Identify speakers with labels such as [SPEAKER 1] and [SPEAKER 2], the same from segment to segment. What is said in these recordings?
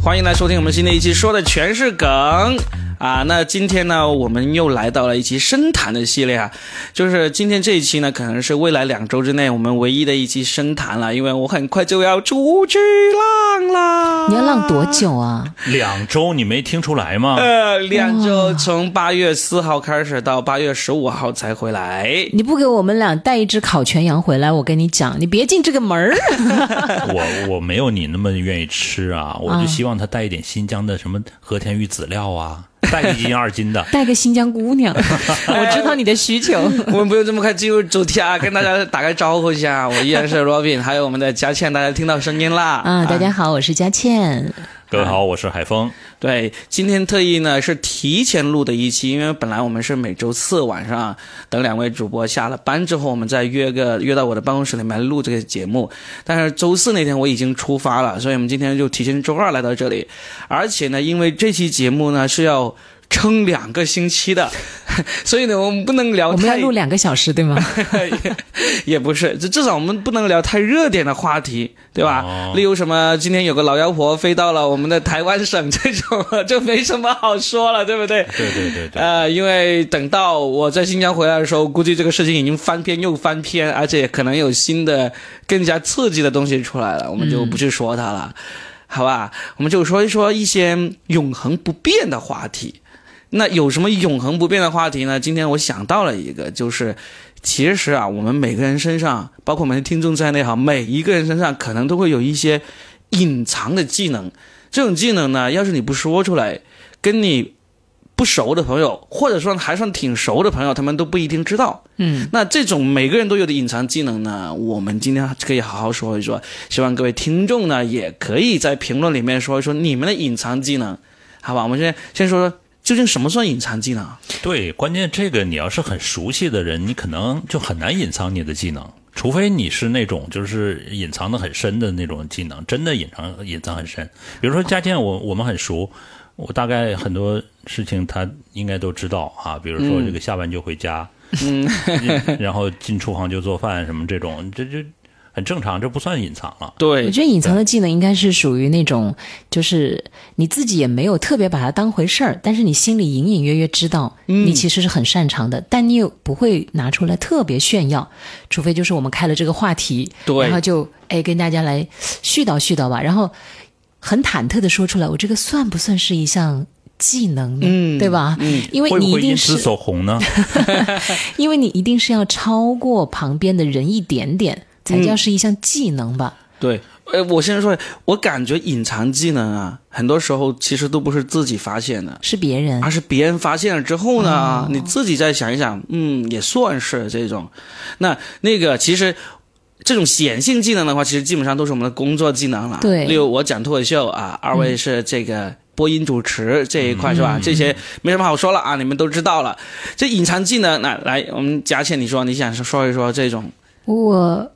[SPEAKER 1] 欢迎来收听我们新的一期，说的全是梗啊！那今天呢，我们又来到了一期深谈的系列啊，就是今天这一期呢，可能是未来两周之内我们唯一的一期深谈了，因为我很快就要出去浪啦。
[SPEAKER 2] 你要浪多久啊？
[SPEAKER 3] 两周你没听出来 吗？
[SPEAKER 1] 呃，两周，从八月四号开始到八月十五号才回来。
[SPEAKER 2] 你不给我们俩带一只烤全羊回来，我跟你讲，你别进这个门儿。
[SPEAKER 3] 我我没有你那么愿意吃啊，我就希望他带一点新疆的什么和田玉籽料啊，带一斤二斤 的。
[SPEAKER 2] 带个新疆姑娘， 我知道你的需求。
[SPEAKER 1] 呃我们不用这么快进入主题啊，跟大家打个招呼一下，我依然是 Robin，还有我们的佳倩，大家听到声音啦。
[SPEAKER 2] 啊，大家好，我是佳倩。
[SPEAKER 3] 各位好，我是海峰。
[SPEAKER 1] 对，今天特意呢是提前录的一期，因为本来我们是每周四晚上等两位主播下了班之后，我们再约个约到我的办公室里面录这个节目。但是周四那天我已经出发了，所以我们今天就提前周二来到这里。而且呢，因为这期节目呢是要撑两个星期的， 所以呢哎我们不能聊
[SPEAKER 2] 我们要
[SPEAKER 1] 太
[SPEAKER 2] 录两个小时，对吗？
[SPEAKER 1] 也不是，至至少我们不能聊太热点的话题，对吧？
[SPEAKER 3] 哦
[SPEAKER 1] 例如什么，今天有个老妖婆飞到了我们的台湾省，这种 就没什么好说了，对不对？
[SPEAKER 3] 对对对对，
[SPEAKER 1] 呃，因为等到我在新疆回来的时候，估计这个事情已经翻篇又翻篇，而且可能有新的、更加刺激的东西出来了，我们就不去说它了，
[SPEAKER 3] 嗯
[SPEAKER 1] 好吧？我们就说一说一些永恒不变的话题。那有什么永恒不变的话题呢？今天我想到了一个，就是其实啊，我们每个人身上，包括我们的听众在内哈，每一个人身上可能都会有一些隐藏的技能。这种技能呢，要是你不说出来，跟你不熟的朋友，或者说还算挺熟的朋友，他们都不一定知道。
[SPEAKER 2] 嗯，
[SPEAKER 1] 那这种每个人都有的隐藏技能呢，我们今天可以好好说一说。希望各位听众呢，也可以在评论里面说一说你们的隐藏技能，好吧？我们先先说说究竟什么算隐藏技能？
[SPEAKER 3] 对，关键这个你要是很熟悉的人，你可能就很难隐藏你的技能，除非你是那种就是隐藏的很深的那种技能，真的隐藏隐藏很深。比如说佳倩，我我们很熟，我大概很多事情她应该都知道啊，比如说这个下班就回家，嗯，然后进厨房就做饭什么这种，这就很正常，这不算隐藏了。
[SPEAKER 2] 我
[SPEAKER 1] 哎对，
[SPEAKER 2] 觉得隐藏的技能应该是属于那种，就是你自己也没有特别把它当回事儿，但是你心里隐隐约约知道你其实是很擅长的，但你又不会拿出来特别炫耀，除非就是我们开了这个话题，
[SPEAKER 1] 对
[SPEAKER 2] 然后就哎跟大家来絮叨絮叨吧，然后很忐忑的说出来，我这个算不算是一项技能呢？
[SPEAKER 1] 嗯
[SPEAKER 2] 对吧？
[SPEAKER 1] 嗯
[SPEAKER 2] 因为
[SPEAKER 3] 会
[SPEAKER 2] 你
[SPEAKER 3] 不
[SPEAKER 2] 一
[SPEAKER 3] 会因
[SPEAKER 2] 定
[SPEAKER 3] 此
[SPEAKER 2] 是
[SPEAKER 3] 走红呢？
[SPEAKER 2] 因为你一定是要超过旁边的人一点点，才叫是一项技能吧？
[SPEAKER 1] 对，呃，我先说，我感觉隐藏技能啊，很多时候其实都不是自己发现的，
[SPEAKER 2] 是别人
[SPEAKER 1] 而是别人发现了之后呢，啊你自己再想一想，嗯，也算是这种。那那个其实。这种显性技能的话，其实基本上都是我们的工作技能了。
[SPEAKER 2] 对嗯
[SPEAKER 1] 例如我讲脱口秀啊，二位是这个播音主持这一块、是吧？这些没什么好说了啊，你们都知道了。这隐藏技能，那来，我们佳倩，你说你想说一说这种
[SPEAKER 2] 我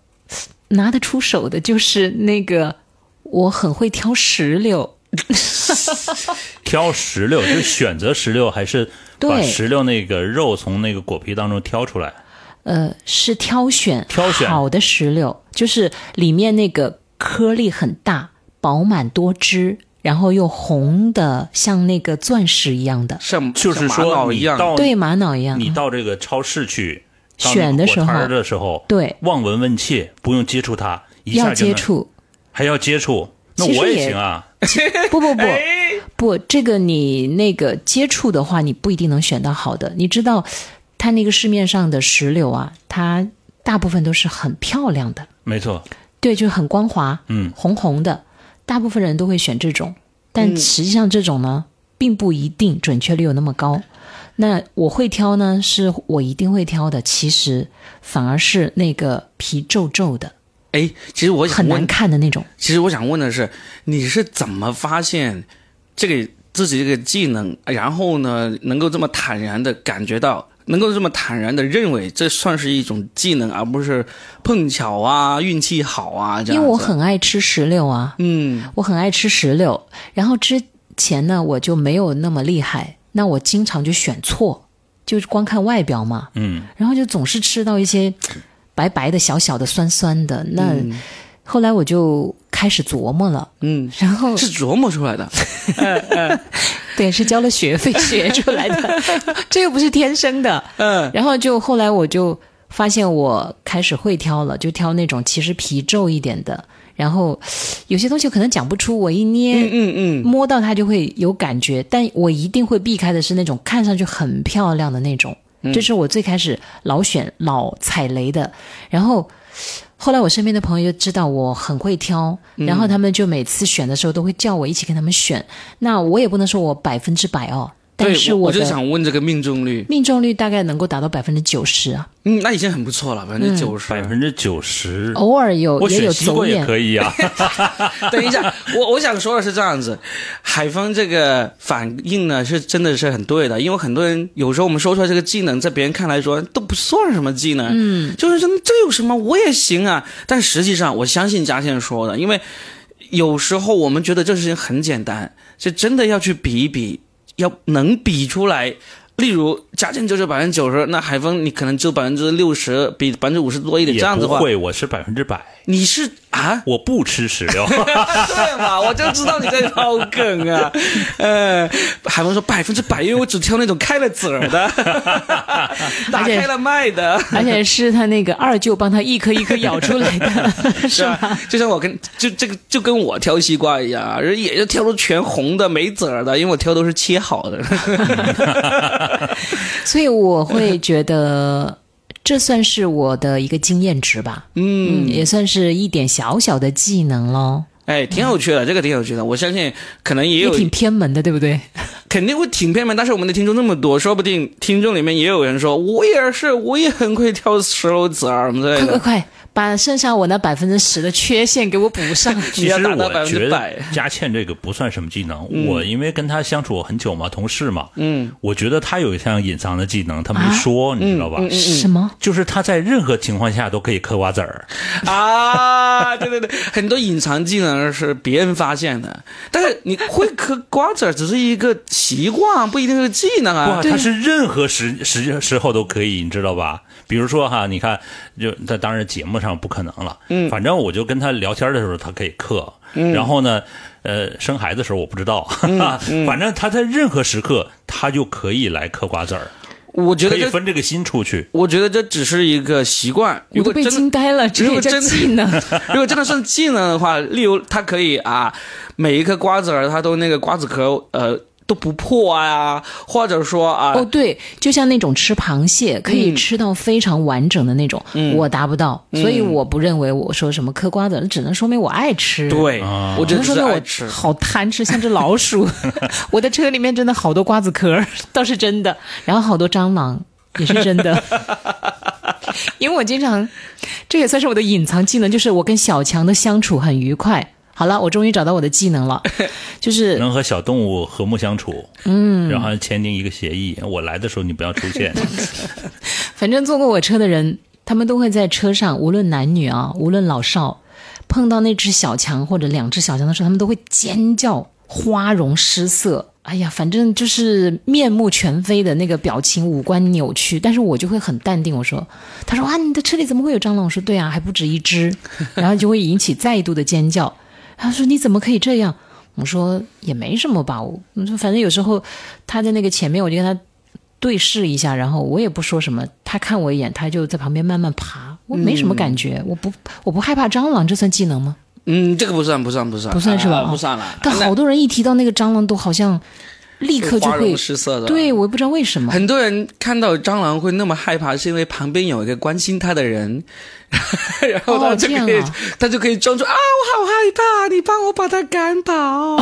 [SPEAKER 2] 拿得出手的就是那个，我很会挑石榴。
[SPEAKER 3] 挑石榴，就是选择石榴，还是把
[SPEAKER 2] 对
[SPEAKER 3] 石榴那个肉从那个果皮当中挑出来？
[SPEAKER 2] 呃，是挑选
[SPEAKER 3] 挑选
[SPEAKER 2] 好的石榴，就是里面那个颗粒很大、饱满多汁，然后又红的像那个钻石一样的，
[SPEAKER 1] 像
[SPEAKER 3] 就是
[SPEAKER 1] 像玛
[SPEAKER 3] 说，
[SPEAKER 1] 瑙一
[SPEAKER 3] 你
[SPEAKER 1] 样，
[SPEAKER 3] 到
[SPEAKER 2] 对玛瑙一样。
[SPEAKER 3] 哦你到这个超市去到
[SPEAKER 2] 选
[SPEAKER 3] 那
[SPEAKER 2] 的
[SPEAKER 3] 个
[SPEAKER 2] 时
[SPEAKER 3] 果
[SPEAKER 2] 候
[SPEAKER 3] 摊儿的时候，
[SPEAKER 2] 对，
[SPEAKER 3] 望闻问切，不用接触它，一下
[SPEAKER 2] 要
[SPEAKER 3] 就
[SPEAKER 2] 接
[SPEAKER 3] 能，
[SPEAKER 2] 触。
[SPEAKER 3] 还要接触。那
[SPEAKER 2] 其实
[SPEAKER 3] 我
[SPEAKER 2] 也
[SPEAKER 3] 行啊，
[SPEAKER 2] 不不不
[SPEAKER 1] 哎
[SPEAKER 2] 不，这个你那个接触的话，你不一定能选到好的。你知道，它那个市面上的石榴啊，它大部分都是很漂亮的，
[SPEAKER 3] 没错，
[SPEAKER 2] 对，就是很光滑，
[SPEAKER 3] 嗯，
[SPEAKER 2] 红红的，大部分人都会选这种。
[SPEAKER 1] 嗯
[SPEAKER 2] 但实际上这种呢，并不一定准确率有那么高。那我会挑呢，是我一定会挑的，其实反而是那个皮皱皱的、
[SPEAKER 1] 哎，其实我想
[SPEAKER 2] 很
[SPEAKER 1] 问
[SPEAKER 2] 难看的那种。
[SPEAKER 1] 其实我想问的是，你是怎么发现这个自己这个技能，然后呢，能够这么坦然的感觉到，能够这么坦然的认为这算是一种技能，而不是碰巧啊、运气好啊这样子？
[SPEAKER 2] 因为我很爱吃石榴啊，
[SPEAKER 1] 嗯
[SPEAKER 2] 我很爱吃石榴，然后之前呢我就没有那么厉害，那我经常就选错，就是光看外表嘛，
[SPEAKER 3] 嗯，
[SPEAKER 2] 嗯然后就总是吃到一些白白的、小小的、酸酸的，那后来我就开始琢磨了，
[SPEAKER 1] 嗯，
[SPEAKER 2] 然后
[SPEAKER 1] 是琢磨出来的。
[SPEAKER 2] 对，是交了学费学出来的， 这又不是天生的。
[SPEAKER 1] 嗯
[SPEAKER 2] 然后就后来我就发现我开始会挑了，就挑那种其实皮皱一点的，然后有些东西可能讲不出，我一捏、
[SPEAKER 1] 嗯嗯，
[SPEAKER 2] 摸到它就会有感觉，但我一定会避开的是那种看上去很漂亮的那种，这是我最开始老选老踩雷的。然后后来我身边的朋友就知道我很会挑，然后他们就每次选的时候都会叫我一起跟他们选。那我也不能说我百分之百哦，但
[SPEAKER 1] 对，
[SPEAKER 2] 是
[SPEAKER 1] 我就
[SPEAKER 2] 的
[SPEAKER 1] 想问这个命中率，
[SPEAKER 2] 命中率大概能够达到百分之九十啊，
[SPEAKER 1] 嗯，那已经很不错了，百分之九
[SPEAKER 2] 嗯
[SPEAKER 1] 十。
[SPEAKER 3] 百分之九十，
[SPEAKER 2] 偶尔有
[SPEAKER 3] 我
[SPEAKER 2] 哦也
[SPEAKER 3] 选
[SPEAKER 2] 有
[SPEAKER 3] 西
[SPEAKER 2] 走
[SPEAKER 3] 瓜也
[SPEAKER 2] 眼。
[SPEAKER 3] 可以 啊。
[SPEAKER 1] 等一下，我我想说的是这样子，海峰这个反应呢是真的是很对的，因为很多人有时候我们说出来这个技能，在别人看来说都不算什么技能，嗯，就是说这有什么我也行啊，但实际上我相信佳倩说的，因为有时候我们觉得这事情很简单，是真的要去比一比，要能比出来。例如，佳倩就是百分之九十，那海峰你可能就百分之六十，比百分之五十多一点，这
[SPEAKER 3] 也
[SPEAKER 1] 样子
[SPEAKER 3] 不
[SPEAKER 1] 的话，
[SPEAKER 3] 会，我是百分之百，
[SPEAKER 1] 你是啊？
[SPEAKER 3] 我不吃石 榴。
[SPEAKER 1] 哎对嘛，我就知道你在抛梗啊。 呃，海文说百分之百，因为我只挑那种开了籽儿 的，打开了麦的，
[SPEAKER 2] 而且是他那个二舅帮他一颗一颗咬出来的，是吧？
[SPEAKER 1] 吧？啊就像我跟就这个就跟我挑西瓜一样啊，人也就挑出全红的没籽儿的，因为我挑都是切好的。
[SPEAKER 2] 所以我会觉得，这算是我的一个经验值吧。嗯，也算是一点小小的技能喽，
[SPEAKER 1] 哎，挺有趣的，这个挺有趣的，我相信可能也
[SPEAKER 2] 也
[SPEAKER 1] 有
[SPEAKER 2] 挺偏门的，对不对？
[SPEAKER 1] 肯定会挺偏门，但是我们的听众那么多，说不定听众里面也有人说我也是，我也很会挑石榴籽儿什么之类
[SPEAKER 2] 快快
[SPEAKER 1] 的。
[SPEAKER 2] 快，把剩下我那百分之十的缺陷给我补上。
[SPEAKER 1] 你
[SPEAKER 3] 其
[SPEAKER 1] 要
[SPEAKER 3] 实
[SPEAKER 1] 达到百
[SPEAKER 3] 我
[SPEAKER 1] 分之
[SPEAKER 3] 觉
[SPEAKER 1] 百
[SPEAKER 3] 得 佳倩这个不算什么技能，我因为跟她相处很久嘛，同事嘛，
[SPEAKER 1] 嗯，
[SPEAKER 3] 我觉得她有一项隐藏的技能，她没
[SPEAKER 2] 啊
[SPEAKER 3] 说，你知道吧？
[SPEAKER 1] 嗯
[SPEAKER 2] 什么？
[SPEAKER 3] 就是她在任何情况下都可以嗑瓜子儿，
[SPEAKER 1] 啊，对对对，很多隐藏技能是别人发现的，但是你会嗑瓜子儿只是一个习惯，不一定是个技能啊
[SPEAKER 3] 哇，。她是任何时时时候都可以，你知道吧？比如说哈，你看，就在当然节目上不可能了，嗯，反正我就跟她聊天的时候，她可以嗑，然后呢。呃，生孩子的时候我不知道，哈哈， 反正她在任何时刻，她就可以来嗑瓜子儿，
[SPEAKER 1] 我觉
[SPEAKER 3] 可
[SPEAKER 1] 得
[SPEAKER 3] 以
[SPEAKER 1] 这，
[SPEAKER 3] 分这个心出去。
[SPEAKER 1] 我觉得这只是一个习惯。
[SPEAKER 2] 我
[SPEAKER 1] 如
[SPEAKER 2] 都
[SPEAKER 1] 果
[SPEAKER 2] 被
[SPEAKER 1] 真
[SPEAKER 2] 惊
[SPEAKER 1] 的，啊
[SPEAKER 2] 呆了，这
[SPEAKER 1] 如
[SPEAKER 2] 也
[SPEAKER 1] 果
[SPEAKER 2] 叫
[SPEAKER 1] 真
[SPEAKER 2] 技 能？
[SPEAKER 1] 如果真的算技能的话，例如他可以啊，每一颗瓜子儿他都那个瓜子壳呃都不破啊，或者说啊，
[SPEAKER 2] 哦，对，就像那种吃螃蟹可
[SPEAKER 1] 嗯
[SPEAKER 2] 以吃到非常完整的那种，我达不到，所以我不认为我说什么嗑瓜子，只能说明我爱吃。
[SPEAKER 1] 对，我觉得只
[SPEAKER 2] 只能说
[SPEAKER 1] 是
[SPEAKER 2] 明
[SPEAKER 1] 爱吃
[SPEAKER 2] 我。好贪吃，像只老 鼠。我的车里面真的好多瓜子壳儿， 倒是真的，然后好多蟑螂也是真 的。因为我经常，这也算是我的隐藏技能，就是我跟小强的相处很愉快。好了，我终于找到我的技能了，就是
[SPEAKER 3] 能和小动物和睦相处，嗯，然后签订一个协议，我来的时候你不要出现，
[SPEAKER 2] 反正坐过我车的人，他们都会在车上，无论男女啊，无论老少，碰到那只小强或者两只小强的时候，他们都会尖叫，花容失色。哎呀，反正就是面目全非的那个表情，五官扭曲。但是我就会很淡定，我说：“他说啊，你的车里怎么会有蟑螂？”我说：“对啊，还不止一只。”然后就会引起再度的尖叫。他说：“你怎么可以这样？”我说：“也没什么吧，我我说反正有时候他在那个前面，我就跟他对视一下，然后我也不说什么，他看我一眼，他就在旁边慢慢爬，我没什么感觉，我不我不害怕蟑螂，这算技能吗？
[SPEAKER 1] 嗯，这个不算，不算，不算，
[SPEAKER 2] 不算是吧
[SPEAKER 1] 啊
[SPEAKER 2] 啊
[SPEAKER 1] 不算了。
[SPEAKER 2] 但好多人一提到那个蟑螂，都好像立刻就
[SPEAKER 1] 花
[SPEAKER 2] 会
[SPEAKER 1] 容，失色的，
[SPEAKER 2] 对我也不知道 为什么，
[SPEAKER 1] 很多人看到蟑螂会那么害怕，是因为旁边有一个关心他的人， 然后他
[SPEAKER 2] 哦
[SPEAKER 1] 就
[SPEAKER 2] 这样
[SPEAKER 1] 可以，
[SPEAKER 2] 啊
[SPEAKER 1] 他就可以装出啊，我好害怕，你帮我把它赶跑。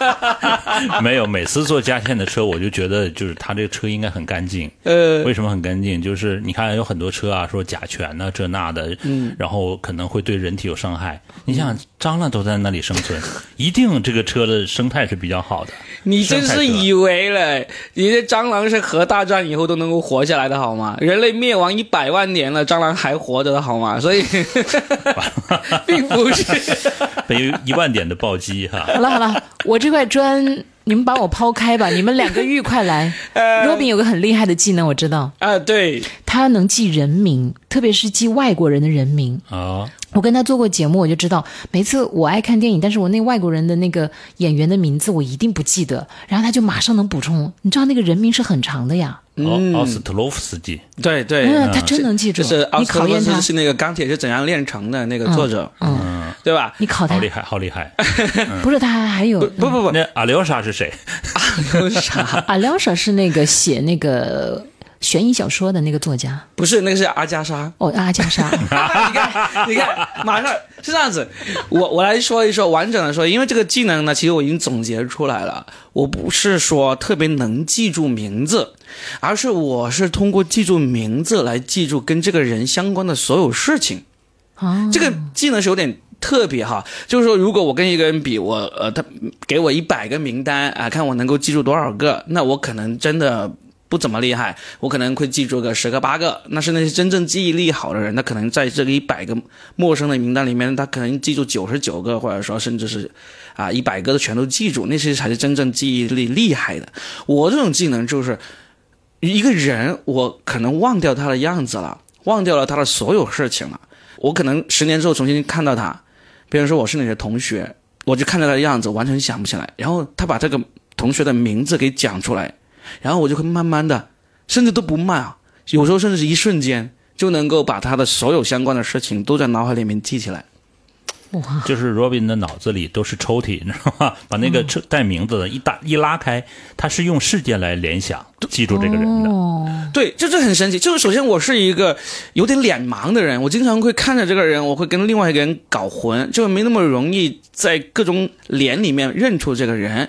[SPEAKER 3] 没有。每次坐佳倩的车，我就觉得就是她这个车应该很干净。
[SPEAKER 1] 呃，
[SPEAKER 3] 为什么很干净？就是你看有很多车啊，说甲醛呐、这那的，然后可能会对人体有伤害。你想，蟑螂都在那里生 存，一定这个车的生态是比较好的。
[SPEAKER 1] 你真是以为了，人家蟑螂是核大战以后都能够活下来的好吗？人类灭亡一百万年了，蟑螂还活着的好吗？ 所以，并不是。
[SPEAKER 3] 被 一万点的暴击哈。
[SPEAKER 2] 好了好了，我这块砖你们把我抛开吧，你们两个愉快 来。Robin
[SPEAKER 1] 呃
[SPEAKER 2] 有个很厉害的技能，我知道
[SPEAKER 1] 啊，对，
[SPEAKER 2] 他能记人名，特别是记外国人的人名。
[SPEAKER 3] 啊、
[SPEAKER 2] 我跟他做过节目，我就知道，每次我爱看电影，但是我那外国人的那个演员的名字我一定不记得，然后他就马上能补充。你知道那个人名是很长的呀，
[SPEAKER 3] 哦奥奥斯特洛夫斯基，
[SPEAKER 1] 对对，
[SPEAKER 2] 嗯，他真能记住。
[SPEAKER 1] 就是奥
[SPEAKER 2] 你
[SPEAKER 1] 斯特
[SPEAKER 2] 考
[SPEAKER 1] 洛
[SPEAKER 2] 验
[SPEAKER 1] 斯
[SPEAKER 2] 他，
[SPEAKER 1] 是那个《钢铁是怎样炼成的》那个作者，
[SPEAKER 2] 嗯，
[SPEAKER 1] 对吧？
[SPEAKER 2] 你考
[SPEAKER 3] 好哎
[SPEAKER 2] 他
[SPEAKER 3] 厉，害，好厉害。嗯
[SPEAKER 2] 不是他还还有
[SPEAKER 1] 不 不不，
[SPEAKER 3] 那阿廖沙是 谁？
[SPEAKER 2] 阿啊廖沙是那个写那个悬疑小说的那个作家，
[SPEAKER 1] 不是那个是阿加莎。
[SPEAKER 2] 哦，阿加 莎，
[SPEAKER 1] 你看，你看，马上是这样子。我我来说一说完整的说，因为这个技能呢，其实我已经总结出来了。我不是说特别能记住名字，而是我是通过记住名字来记住跟这个人相关的所有事情。
[SPEAKER 2] 啊，
[SPEAKER 1] 这个技能是有点特别哈，就是说，如果我跟一个人比，我呃，他给我一百个名单啊，看我能够记住多少个，那我可能真的不怎么厉害，我可能会记住个十个八个。那是那些真正记忆力好的人，他可能在这个一百个陌生的名单里面，他可能记住九十九个，或者说甚至是啊一百个的全都记住，那些才是真正记忆力厉害的。我这种技能就是一个人，我可能忘掉他的样子了，忘掉了他的所有事情了。我可能十年之后重新看到他，别人说我是你的同学，我就看到他的样子，完全想不起来。然后他把这个同学的名字给讲出来，然后我就会慢慢的，甚至都不慢啊，有时候甚至是一瞬间就能够把他的所有相关的事情都在脑海里面记起来。
[SPEAKER 2] 哇，
[SPEAKER 3] 就是 Robin 的脑子里都是抽屉，你知道 吗？把那个抽带名字的一打一拉开，他是用事件来联想记住这个人的。
[SPEAKER 2] 哦，
[SPEAKER 1] 对，就是很神奇。就是首先我是一个有点脸盲的人，我经常会看着这个人，我会跟另外一个人搞混，就没那么容易在各种脸里面认出这个人。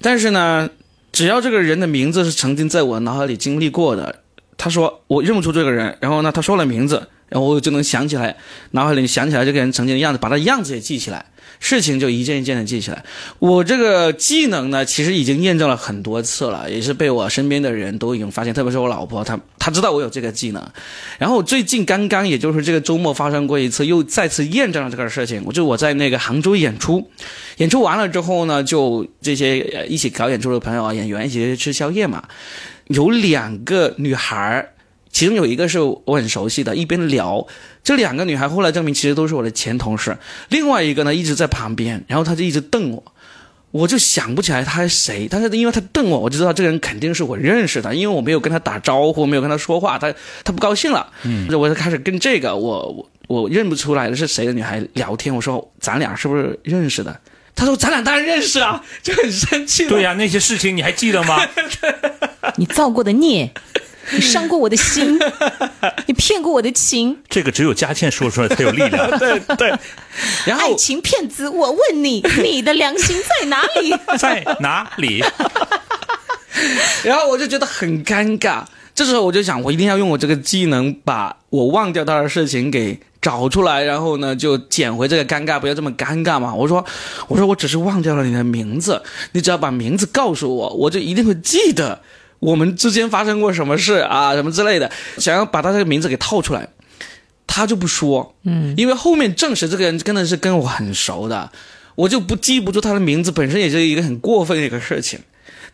[SPEAKER 1] 但是呢，只要这个人的名字是曾经在我脑海里经历过的，他说我认不出这个人，然后呢，他说了名字，然后我就能想起来，脑海里想起来这个人曾经的样子，把他样子也记起来，事情就一件一件的记起来。我这个技能呢，其实已经验证了很多次了，也是被我身边的人都已经发现，特别是我老婆，她她知道我有这个技能。然后最近刚刚，也就是这个周末发生过一次，又再次验证了这个事情。我就我在那个杭州演出，演出完了之后呢，就这些呃一起搞演出的朋友啊，演员一起去吃宵夜嘛，有两个女孩儿。其中有一个是我很熟悉的，一边聊，这两个女孩后来证明其实都是我的前同事。另外一个呢一直在旁边，然后她就一直瞪我，我就想不起来他是谁，但是因为他瞪我，我就知道这个人肯定是我认识的，因为我没有跟他打招呼，没有跟他说话，他他不高兴了，嗯，我就开始跟这个我我我认不出来的是谁的女孩聊天，我说咱俩是不是认识的？他说咱俩当然认识啊，就很生气了。
[SPEAKER 3] 对呀、那些事情你还记得 吗？
[SPEAKER 2] 你造过的孽，你伤过我的 心，你骗过我的情，
[SPEAKER 3] 这个只有佳倩说出来才有力量。对对，
[SPEAKER 1] 然
[SPEAKER 2] 爱
[SPEAKER 1] 后
[SPEAKER 2] 情骗子，我问你，你的良心在哪里？
[SPEAKER 3] 在哪里？
[SPEAKER 1] 然后我就觉得很尴尬。这时候我就想，我一定要用我这个技能把我忘掉他的事情给找出来，然后呢就捡回这个尴尬，不要这么尴尬嘛。我说，我说我只是忘掉了你的名字，你只要把名字告诉我，我就一定会记得我们之间发生过什么事啊，什么之类的。想要把他这个名字给套出来，他就不说，嗯，因为后面证实这个人真的是跟我很熟的，我就不记不住他的名字，本身也是一个很过分的一个事情。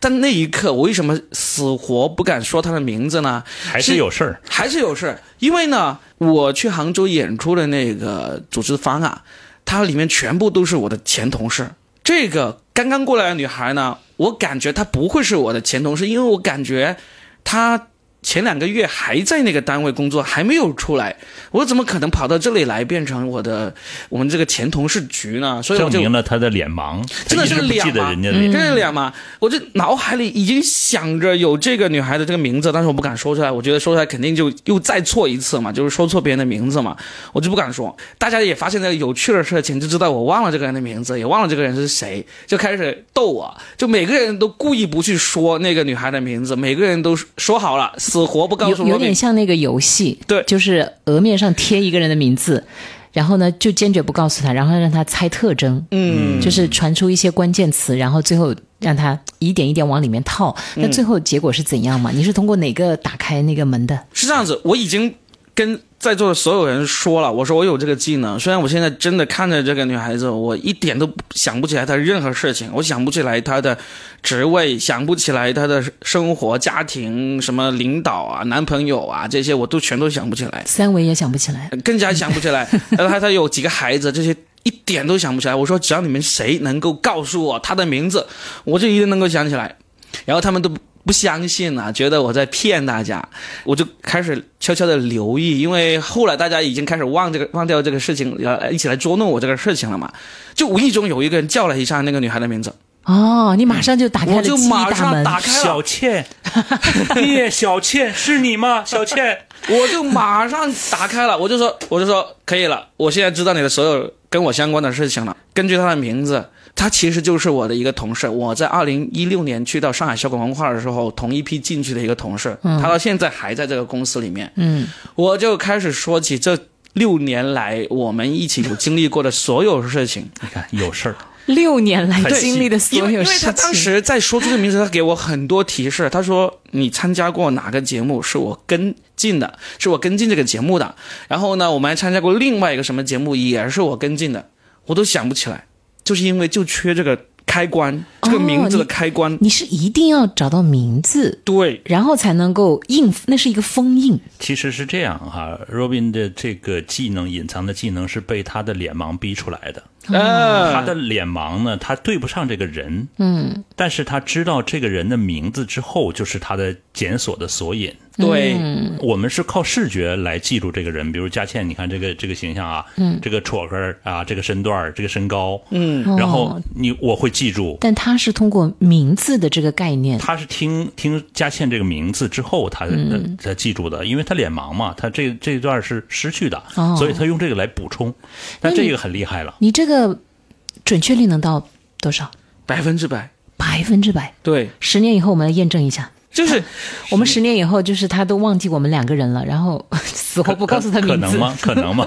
[SPEAKER 1] 但那一刻，我为什么死活不敢说他的名字呢？
[SPEAKER 3] 还是有事儿。
[SPEAKER 1] 还是有事，因为呢，我去杭州演出的那个组织方啊，它里面全部都是我的前同事。这个刚刚过来的女孩呢，我感觉她不会是我的前同事，因为我感觉她前两个月还在那个单位工作，还没有出来。我怎么可能跑到这里来变成我的我们这个前同事局呢？所以我
[SPEAKER 3] 证
[SPEAKER 1] 就
[SPEAKER 3] 明了他的脸盲，
[SPEAKER 1] 真的
[SPEAKER 3] 他一
[SPEAKER 1] 是
[SPEAKER 3] 直不
[SPEAKER 1] 脸
[SPEAKER 3] 记得
[SPEAKER 1] 盲嗯
[SPEAKER 3] 人家的
[SPEAKER 2] 嗯
[SPEAKER 3] 脸。
[SPEAKER 1] 真是脸盲。我这脑海里已经想着有这个女孩的这个名字，但是我不敢说出来，我觉得说出来肯定就又再错一次嘛，就是说错别人的名字嘛，我就不敢说。大家也发现这个有趣的事情，就知道我忘了这个人的名字，也忘了这个人是谁，就开始逗我，就每个人都故意不去说那个女孩的名字，每个人都说好了，死活不告诉
[SPEAKER 2] 有有
[SPEAKER 1] 罗
[SPEAKER 2] 点
[SPEAKER 1] 宾。
[SPEAKER 2] 像那个游戏，
[SPEAKER 1] 对
[SPEAKER 2] 就是额面上贴一个人的名字，然后呢就坚决不告诉他，然后让他猜特征，
[SPEAKER 1] 嗯，
[SPEAKER 2] 就是传出一些关键词，然后最后让他一点一点往里面套。
[SPEAKER 1] 嗯
[SPEAKER 2] 那最后结果是怎样嘛？你是通过哪个打开那个门的？
[SPEAKER 1] 是这样子，我已经跟在座的所有人说了，我说我有这个技能，虽然我现在真的看着这个女孩子，我一点都不想不起来她任何事情，我想不起来她的职位，想不起来她的生活、家庭、什么领导啊、男朋友啊这些，我都全都想不起来，
[SPEAKER 2] 三维也想不起来，
[SPEAKER 1] 更加想不起来。然后她她有几个孩子，这些一点都想不起来。我说只要你们谁能够告诉我她的名字，我就一定能够想起来。然后他们都不相信啊，觉得我在骗大家，我就开始悄悄的留意，因为后来大家已经开始忘这个忘掉这个事情，呃，一起来捉弄我这个事情了嘛。就无意中有一个人叫了一下那个女孩的名字，
[SPEAKER 2] 哦，你马上就打开
[SPEAKER 1] 我
[SPEAKER 2] 了
[SPEAKER 1] 就
[SPEAKER 2] 记忆
[SPEAKER 1] 马
[SPEAKER 2] 大
[SPEAKER 1] 上
[SPEAKER 2] 门，
[SPEAKER 1] 打开了
[SPEAKER 3] 小，倩，聂小倩是你吗？小倩，
[SPEAKER 1] 我就马上打开了，我就说我就说可以了，我现在知道你的所有跟我相关的事情了。根据她的名字，她其实就是我的一个同事，我在二零一六年去到上海小广文化的时候，同一批进去的一个同事，她到现在还在这个公司里面。
[SPEAKER 2] 嗯，
[SPEAKER 1] 我就开始说起这六年来我们一起有经历过的所有事情，
[SPEAKER 3] 你看有事儿，
[SPEAKER 2] 六年来
[SPEAKER 3] 对
[SPEAKER 2] 经历的
[SPEAKER 1] 因
[SPEAKER 2] 所
[SPEAKER 1] 为因
[SPEAKER 2] 有
[SPEAKER 1] 为
[SPEAKER 2] 事
[SPEAKER 1] 他
[SPEAKER 2] 情，
[SPEAKER 1] 当时在说出这个名字，他给我很多提示。他说你参加过哪个节目是我跟进的，是我跟进这个节目的。然后呢，我们还参加过另外一个什么节目，也是我跟进的，我都想不起来，就是因为就缺这个开关，这个名字的开关。
[SPEAKER 2] 哦你是一定要找到名字，
[SPEAKER 1] 对，
[SPEAKER 2] 然后才能够应付，那是一个封印。
[SPEAKER 3] 其实是这样哈、r o b i n 的这个技能，隐藏的技能是被他的脸盲逼出来的。
[SPEAKER 2] 哦
[SPEAKER 1] 呃，
[SPEAKER 3] 他的脸盲呢，他对不上这个人，
[SPEAKER 2] 嗯，
[SPEAKER 3] 但是他知道这个人的名字之后，就是他的检索的索引。
[SPEAKER 1] 对，
[SPEAKER 2] 嗯
[SPEAKER 3] 我们是靠视觉来记住这个人，比如佳倩，你看这个这个形象啊，嗯，这个戳根儿啊，这个身段儿，这个身高，
[SPEAKER 1] 嗯，
[SPEAKER 3] 然后
[SPEAKER 2] 哦
[SPEAKER 3] 你我会记住。
[SPEAKER 2] 但他是通过名字的这个概念，
[SPEAKER 3] 他是听听佳倩这个名字之后，他
[SPEAKER 2] 嗯
[SPEAKER 3] 才记住的，因为他脸盲嘛，他这这一段是失去的，
[SPEAKER 2] 哦
[SPEAKER 3] 所以他用这个来补充。那这个很厉害了，
[SPEAKER 2] 你这个准确率能到多少？
[SPEAKER 1] 百分之百，
[SPEAKER 2] 百分之百。
[SPEAKER 1] 对，
[SPEAKER 2] 十年以后我们来验证一下。
[SPEAKER 1] 就是
[SPEAKER 2] 我们十年以后，就是他都忘记我们两个人了，然后 死活不告诉他
[SPEAKER 3] 可
[SPEAKER 2] 名
[SPEAKER 3] 能
[SPEAKER 2] 字。
[SPEAKER 3] 吗？可 能吗？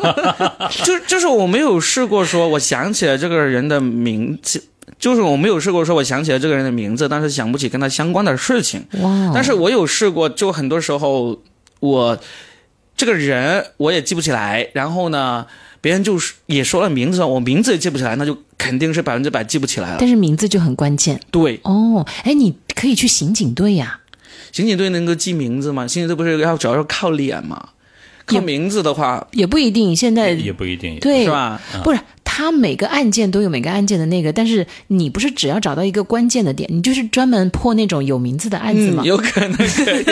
[SPEAKER 1] 就就是我没有试过说我想起了这个人的名字，就是我没有试过说我想起了这个人的名字，但是想不起跟他相关的事情。
[SPEAKER 2] 哇！哦
[SPEAKER 1] 但是我有试过，就很多时候我这个人我也记不起来，然后呢，别人就是也说了名字，我名字也记不起来，那就肯定是百分之百记不起来了
[SPEAKER 2] 但。是名字就很关键
[SPEAKER 1] 对，
[SPEAKER 2] 哦。哎，你可以去刑警队呀、
[SPEAKER 1] 刑警队能够记名字吗？刑警队不是要主要是靠脸吗？靠
[SPEAKER 2] 也
[SPEAKER 1] 名字的话，
[SPEAKER 2] 也不一定。现在
[SPEAKER 3] 也不一定。
[SPEAKER 2] 对
[SPEAKER 1] 是吧？
[SPEAKER 2] 不是，他每个案件都有每个案件的那个，但是你不是只要找到一个关键的点，你就是专门破那种有名字的案子嘛？
[SPEAKER 1] 嗯、有可能可以。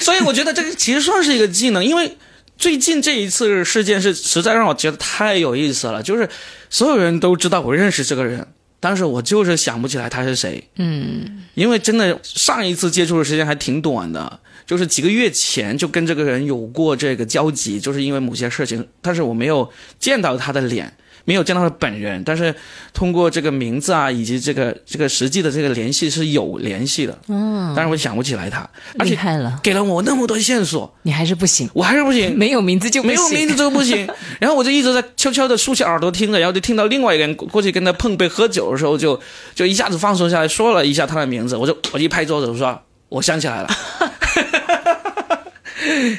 [SPEAKER 1] 所以我觉得这个其实算是一个技能，因为最近这一次事件是实在让我觉得太有意思了，就是所有人都知道我认识这个人。但是我就是想不起来他是谁，嗯，因为真的上一次接触的时间还挺短的，就是几个月前就跟这个人有过这个交集，就是因为某些事情，但是我没有见到他的脸，没有见到他本人，但是通过这个名字啊，以及这个这个实际的这个联系是有联系的，嗯，但是我想不起来他，而
[SPEAKER 2] 哦厉
[SPEAKER 1] 且
[SPEAKER 2] 害了，
[SPEAKER 1] 给了我那么多线索，
[SPEAKER 2] 你还是不行，
[SPEAKER 1] 我还是不行，
[SPEAKER 2] 没有名字就 不
[SPEAKER 1] 没有
[SPEAKER 2] 行
[SPEAKER 1] 名字就不 行。然后我就一直在悄悄的竖起耳朵听着，然后就听到另外一个人过去跟他碰杯喝酒的时候就，就一下子放松下来，说了一下他的名字，我就我就一拍桌子我说我想起来了，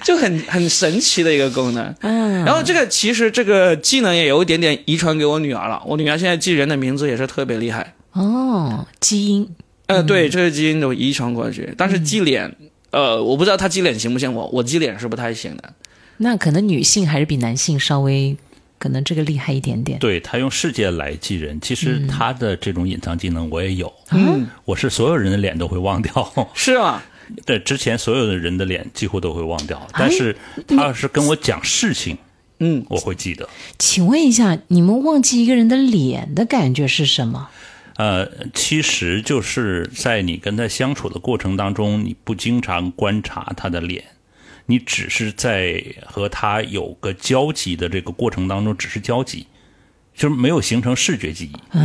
[SPEAKER 1] 就很很神奇的一个功能。嗯，然后这个其实这个技能也有一点点遗传给我女儿了，我女儿现在记人的名字也是特别厉害。
[SPEAKER 2] 哦，基因
[SPEAKER 1] 呃，对，这个基因有遗传过去，但是记脸。呃，我不知道她记脸行不行，我我记脸是不太行的。
[SPEAKER 2] 那可能女性还是比男性稍微可能这个厉害一点点。
[SPEAKER 3] 对他用世界来记人，其实
[SPEAKER 2] 嗯
[SPEAKER 3] 他的这种隐藏技能我也有，
[SPEAKER 2] 啊
[SPEAKER 1] 嗯，
[SPEAKER 3] 我是所有人的脸都会忘掉，
[SPEAKER 1] 是啊，
[SPEAKER 3] 对，之前所有的人的脸几乎都会忘掉，但是他要是跟我讲事情，
[SPEAKER 1] 嗯，
[SPEAKER 3] 我会记得。
[SPEAKER 2] 请问一下，你们忘记一个人的脸的感觉是什么？
[SPEAKER 3] 呃，其实就是在你跟他相处的过程当中，你不经常观察他的脸，你只是在和他有个交集的这个过程当中，只是交集，就是没有形成视觉记忆。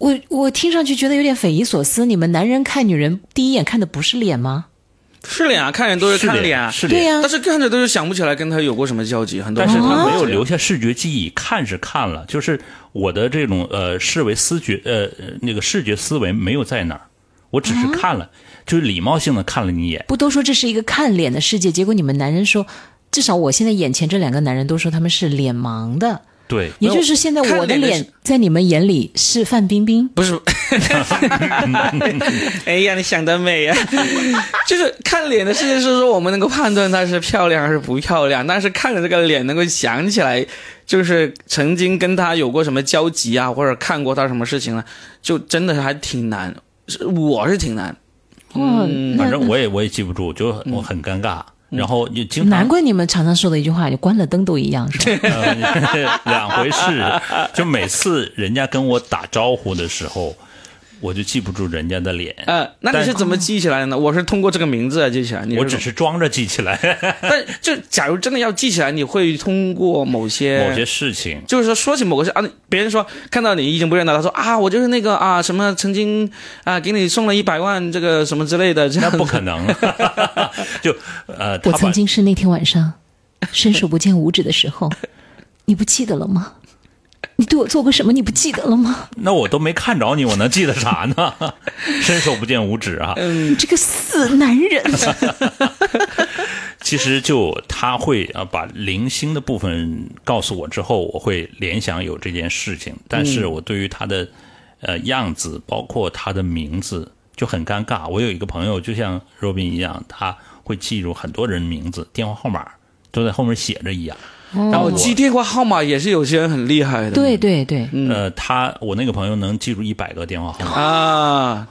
[SPEAKER 2] 我我听上去觉得有点匪夷所思。你们男人看女人第一眼看的不是脸吗？
[SPEAKER 1] 是脸啊，看人都是看脸啊，
[SPEAKER 3] 是
[SPEAKER 2] 对
[SPEAKER 3] 脸，
[SPEAKER 2] 呀、
[SPEAKER 1] 但是看着都是想不起来跟他有过什么交集，很多
[SPEAKER 3] 但是
[SPEAKER 1] 时候
[SPEAKER 3] 他
[SPEAKER 2] 哦
[SPEAKER 3] 没
[SPEAKER 1] 这
[SPEAKER 3] 有
[SPEAKER 1] 样
[SPEAKER 3] 留下视觉记忆，看是看了，就是我的这种呃视为思觉呃呃那个视觉思维没有在那儿，我只
[SPEAKER 2] 哦
[SPEAKER 3] 是看了，就是礼貌性的看了你一眼。
[SPEAKER 2] 不都说这是一个看脸的世界？结果你们男人说至少我现在眼前这两个男人都说他们是脸盲的，
[SPEAKER 3] 对，
[SPEAKER 2] 也就是现在
[SPEAKER 1] 看
[SPEAKER 2] 我的
[SPEAKER 1] 脸的
[SPEAKER 2] 脸
[SPEAKER 1] 是
[SPEAKER 2] 在你们眼里是范冰冰。
[SPEAKER 1] 不是，哎呀，你想得美 呀、就是看脸的事情是说我们能够判断她是漂亮还是不漂亮，但是看着这个脸能够想起来，就是曾经跟她有过什么交集啊，或者看过她什么事情啊，就真的还挺难。是我是挺难，
[SPEAKER 2] 哇，
[SPEAKER 3] 反
[SPEAKER 2] 那
[SPEAKER 3] 正我也我也记不住，就很我很尴尬。然后就经常
[SPEAKER 2] 嗯难怪你们常常说的一句话，就关了灯都一样，是吧？
[SPEAKER 3] 呃 两回事，就每次人家跟我打招呼的时候，我就记不住人家的脸，
[SPEAKER 1] 呃，那你
[SPEAKER 3] 但
[SPEAKER 1] 是怎么记起来的呢？我是通过这个名字来啊记起来。你
[SPEAKER 3] 我只
[SPEAKER 1] 是
[SPEAKER 3] 是装着记 起来
[SPEAKER 1] 怎么，但就假如真的要记起来，你会通过某些
[SPEAKER 3] 某些事情。
[SPEAKER 1] 就是说说起某个事啊，别人说看到你已经不认得，他说啊，我就是那个啊什么曾经啊给你送了一百万这个什么之类的，这
[SPEAKER 3] 那
[SPEAKER 1] 样
[SPEAKER 3] 不可能， 就呃，他
[SPEAKER 2] 我
[SPEAKER 3] 把
[SPEAKER 2] 曾经是那天晚上伸手不见五指的时候，你不记得了吗？你对我做过什么？你不记得了吗？
[SPEAKER 3] 那我都没看着你，我能记得啥呢？ 伸手不见五指啊！
[SPEAKER 2] 你这个死男 人！
[SPEAKER 3] 其实就他会啊把零星的部分告诉我之后，我会联想有这件事情，但是我对于他的呃样子，包括他的名字就很尴尬。我有一个朋友，就像 Robin 一样，他会记住很多人名字、电话号码都在后面写着一样。然后
[SPEAKER 1] 哦，记电话号码也是有些人很厉害的。
[SPEAKER 2] 对对对，
[SPEAKER 3] 呃，他我那个朋友能记住一百个电话号码。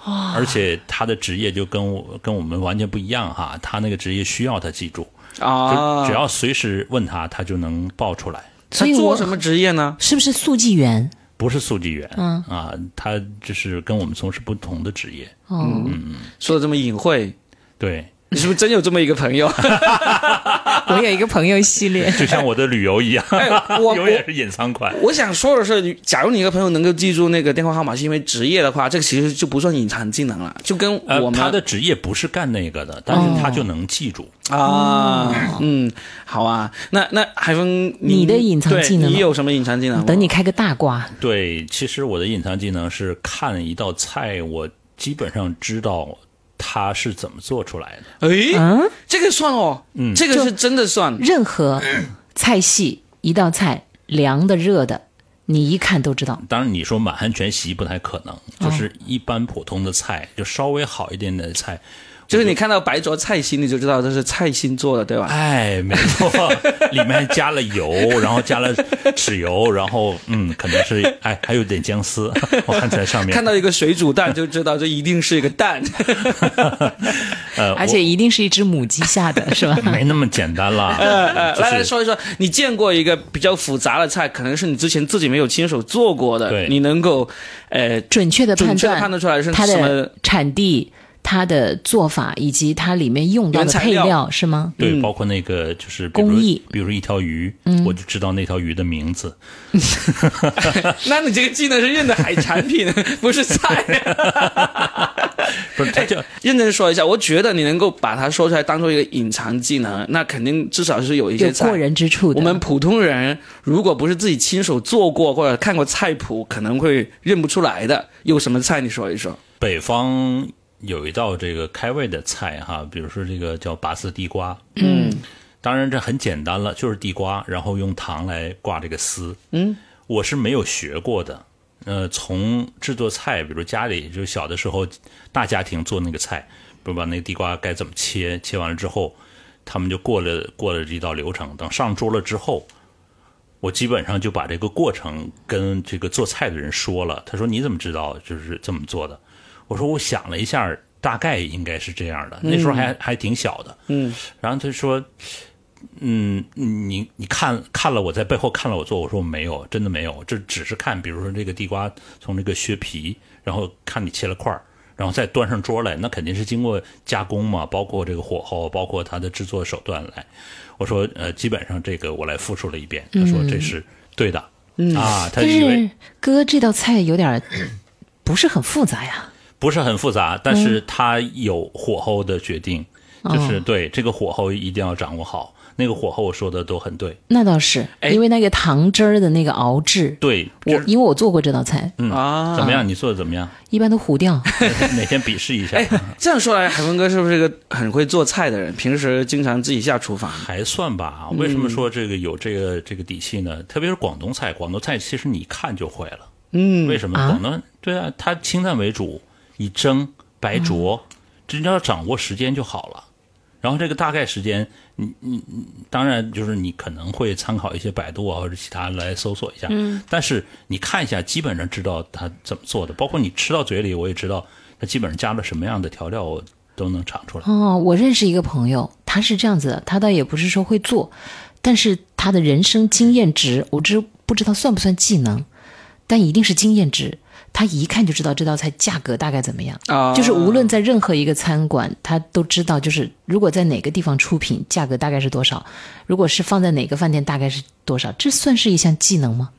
[SPEAKER 1] 啊，
[SPEAKER 3] 而且他的职业就跟我跟我们完全不一样哈，他那个职业需要他记住，就
[SPEAKER 1] 啊，
[SPEAKER 3] 只要随时问他，他就能报出来。
[SPEAKER 1] 他
[SPEAKER 2] 所以
[SPEAKER 1] 做
[SPEAKER 2] 我
[SPEAKER 1] 什么职业呢？
[SPEAKER 2] 是不是速记员？
[SPEAKER 3] 不是速记员，啊，他就是跟我们从事不同的职业。
[SPEAKER 2] 哦，
[SPEAKER 3] 嗯
[SPEAKER 1] 说的这么隐晦，
[SPEAKER 3] 对，
[SPEAKER 1] 你是不是真有这么一个朋 友？
[SPEAKER 2] 我有一个朋友系列，
[SPEAKER 3] 就像我的旅游一 样，
[SPEAKER 1] 哎我
[SPEAKER 3] 永远是隐藏款。
[SPEAKER 1] 我想说的是，假如你一个朋友能够记住那个电话号码是因为职业的话，这个其实就不算隐藏技能了，就跟
[SPEAKER 3] 呃
[SPEAKER 1] 我，们、哦
[SPEAKER 3] 他的职业不是干那个的，但是他就能记住。
[SPEAKER 1] 啊，嗯，好啊，那那海峰，
[SPEAKER 2] 哦你的隐藏
[SPEAKER 1] 对
[SPEAKER 2] 技能
[SPEAKER 1] 你
[SPEAKER 2] 吗
[SPEAKER 1] 有什么隐藏技能吗？
[SPEAKER 2] 等你开个大瓜。
[SPEAKER 3] 对，其实我的隐藏技能是看一道菜，我基本上知道它是怎么做出来的。
[SPEAKER 1] 诶，
[SPEAKER 2] 嗯，
[SPEAKER 1] 这个算哦，嗯，这个是真的算。
[SPEAKER 2] 任何菜系一道菜，凉的热的，你一看都知道。
[SPEAKER 3] 当然，你说满汉全席不太可能，就是一般普通的菜，就稍微好一点的菜。
[SPEAKER 1] 就是你看到白灼菜心，你就知道这是菜心做的，对吧？
[SPEAKER 3] 哎，没错，里面加了油，然后加了豉油，然后嗯，可能是哎，还有点姜丝， 我看在上面。
[SPEAKER 1] 看到一个水煮蛋就知道这一定是一个 蛋，
[SPEAKER 3] 呃，
[SPEAKER 2] 而且一定是一只母鸡下的，是吧？
[SPEAKER 3] 我没那么简单 啦。
[SPEAKER 1] 呃，
[SPEAKER 3] 就是
[SPEAKER 1] 来来说一说，你见过一个比较复杂的菜，可能是你之前自己没有亲手做过的，
[SPEAKER 3] 对
[SPEAKER 1] 你能够，呃，
[SPEAKER 2] 准确的判
[SPEAKER 1] 准确
[SPEAKER 2] 断
[SPEAKER 1] 地判断出来是
[SPEAKER 2] 它
[SPEAKER 1] 什
[SPEAKER 2] 的
[SPEAKER 1] 么
[SPEAKER 2] 产地、它的做法以及它里面用到的配
[SPEAKER 1] 原材
[SPEAKER 2] 料是吗？
[SPEAKER 3] 对，包括那个就是比如
[SPEAKER 2] 工艺，
[SPEAKER 3] 比如一条鱼，
[SPEAKER 1] 嗯
[SPEAKER 3] 我就知道那条鱼的名字。
[SPEAKER 1] 那你这个技能是认得海产 品，不是菜。
[SPEAKER 3] 不是，它叫
[SPEAKER 1] 认真说一下，我觉得你能够把它说出来当做一个隐藏技能，那肯定至少是有一
[SPEAKER 2] 嗯有
[SPEAKER 1] 些菜
[SPEAKER 2] 过人之处的。
[SPEAKER 1] 我们普通人如果不是自己亲手做过或者看过菜谱，可能会认不出来的。有什么菜你说一说？
[SPEAKER 3] 北方有一道这个开胃的菜哈，比如说这个叫拔丝地瓜，嗯，当然这很简单了，就是地瓜，然后用糖来挂这个丝，嗯，我是没有学过的，呃，从制作菜，比如家里就小的时候大家庭做那个菜，比如把那个地瓜该怎么切，切完了之后，他们就过了过了这道流程，等上桌了之后。我基本上就把这个过程跟这个做菜的人说了，他说你怎么知道就是这么做的？我说我想了一下，大概应该是这样的。那时候还还挺小的，嗯。然后他说，嗯，你你看看了我在背后看了我做，我说我没有，真的没有，这只是看，比如说这个地瓜从这个削皮，然后看你切了块儿。然后再端上桌来，那肯定是经过加工嘛，包括这个火候，包括它的制作手段来。我说，呃，基本上这个我来复述了一遍。他说这是对的、啊，他
[SPEAKER 2] 但
[SPEAKER 3] 以为
[SPEAKER 2] 是哥这道菜有点儿不是很复杂呀。
[SPEAKER 3] 不是很复杂，但
[SPEAKER 1] 嗯哦
[SPEAKER 3] 是它有火候的决定，就是对这个火候一定要掌握好。那个火候说的都很对，
[SPEAKER 2] 那倒是，
[SPEAKER 1] 哎
[SPEAKER 2] 因为那个糖汁儿的那个熬制，
[SPEAKER 3] 对，
[SPEAKER 2] 我
[SPEAKER 3] 就是
[SPEAKER 2] 因为我做过这道菜，
[SPEAKER 3] 嗯
[SPEAKER 1] 啊
[SPEAKER 3] 怎么样？你做的怎 么样？
[SPEAKER 2] 一般都糊掉。
[SPEAKER 3] 哪天比试一下
[SPEAKER 1] 哎，这样说来，海峰哥是不是一个很会做菜的人？平时经常自己下厨房。
[SPEAKER 3] 还算吧。啊为什么说这个有这个这个底气呢？特别是广东菜，广东菜其实你一看就会了。嗯，为什么？
[SPEAKER 2] 啊
[SPEAKER 3] 广东对啊，它清淡为主，以蒸、白灼，只要掌握时间就好了。然后这个大概时间，你你你当然就是你可能会参考一些百度啊或者其他来搜索一下，嗯，但是你看一下，基本上知道它怎么做的，包括你吃到嘴里，我也知道它基本上加了什么样的调料，我都能尝出来。
[SPEAKER 2] 哦，我认识一个朋友，他是这样子的，他倒也不是说会做，但是他的人生经验值，我知不知道算不算技能，但一定是经验值。他一看就知道这道菜价格大概怎么样，
[SPEAKER 1] 啊
[SPEAKER 2] 就是无论在任何一个餐馆，他都知道，就是如果在哪个地方出品，价格大概是多少；如果是放在哪个饭店，大概是多少。这算是一项技能吗？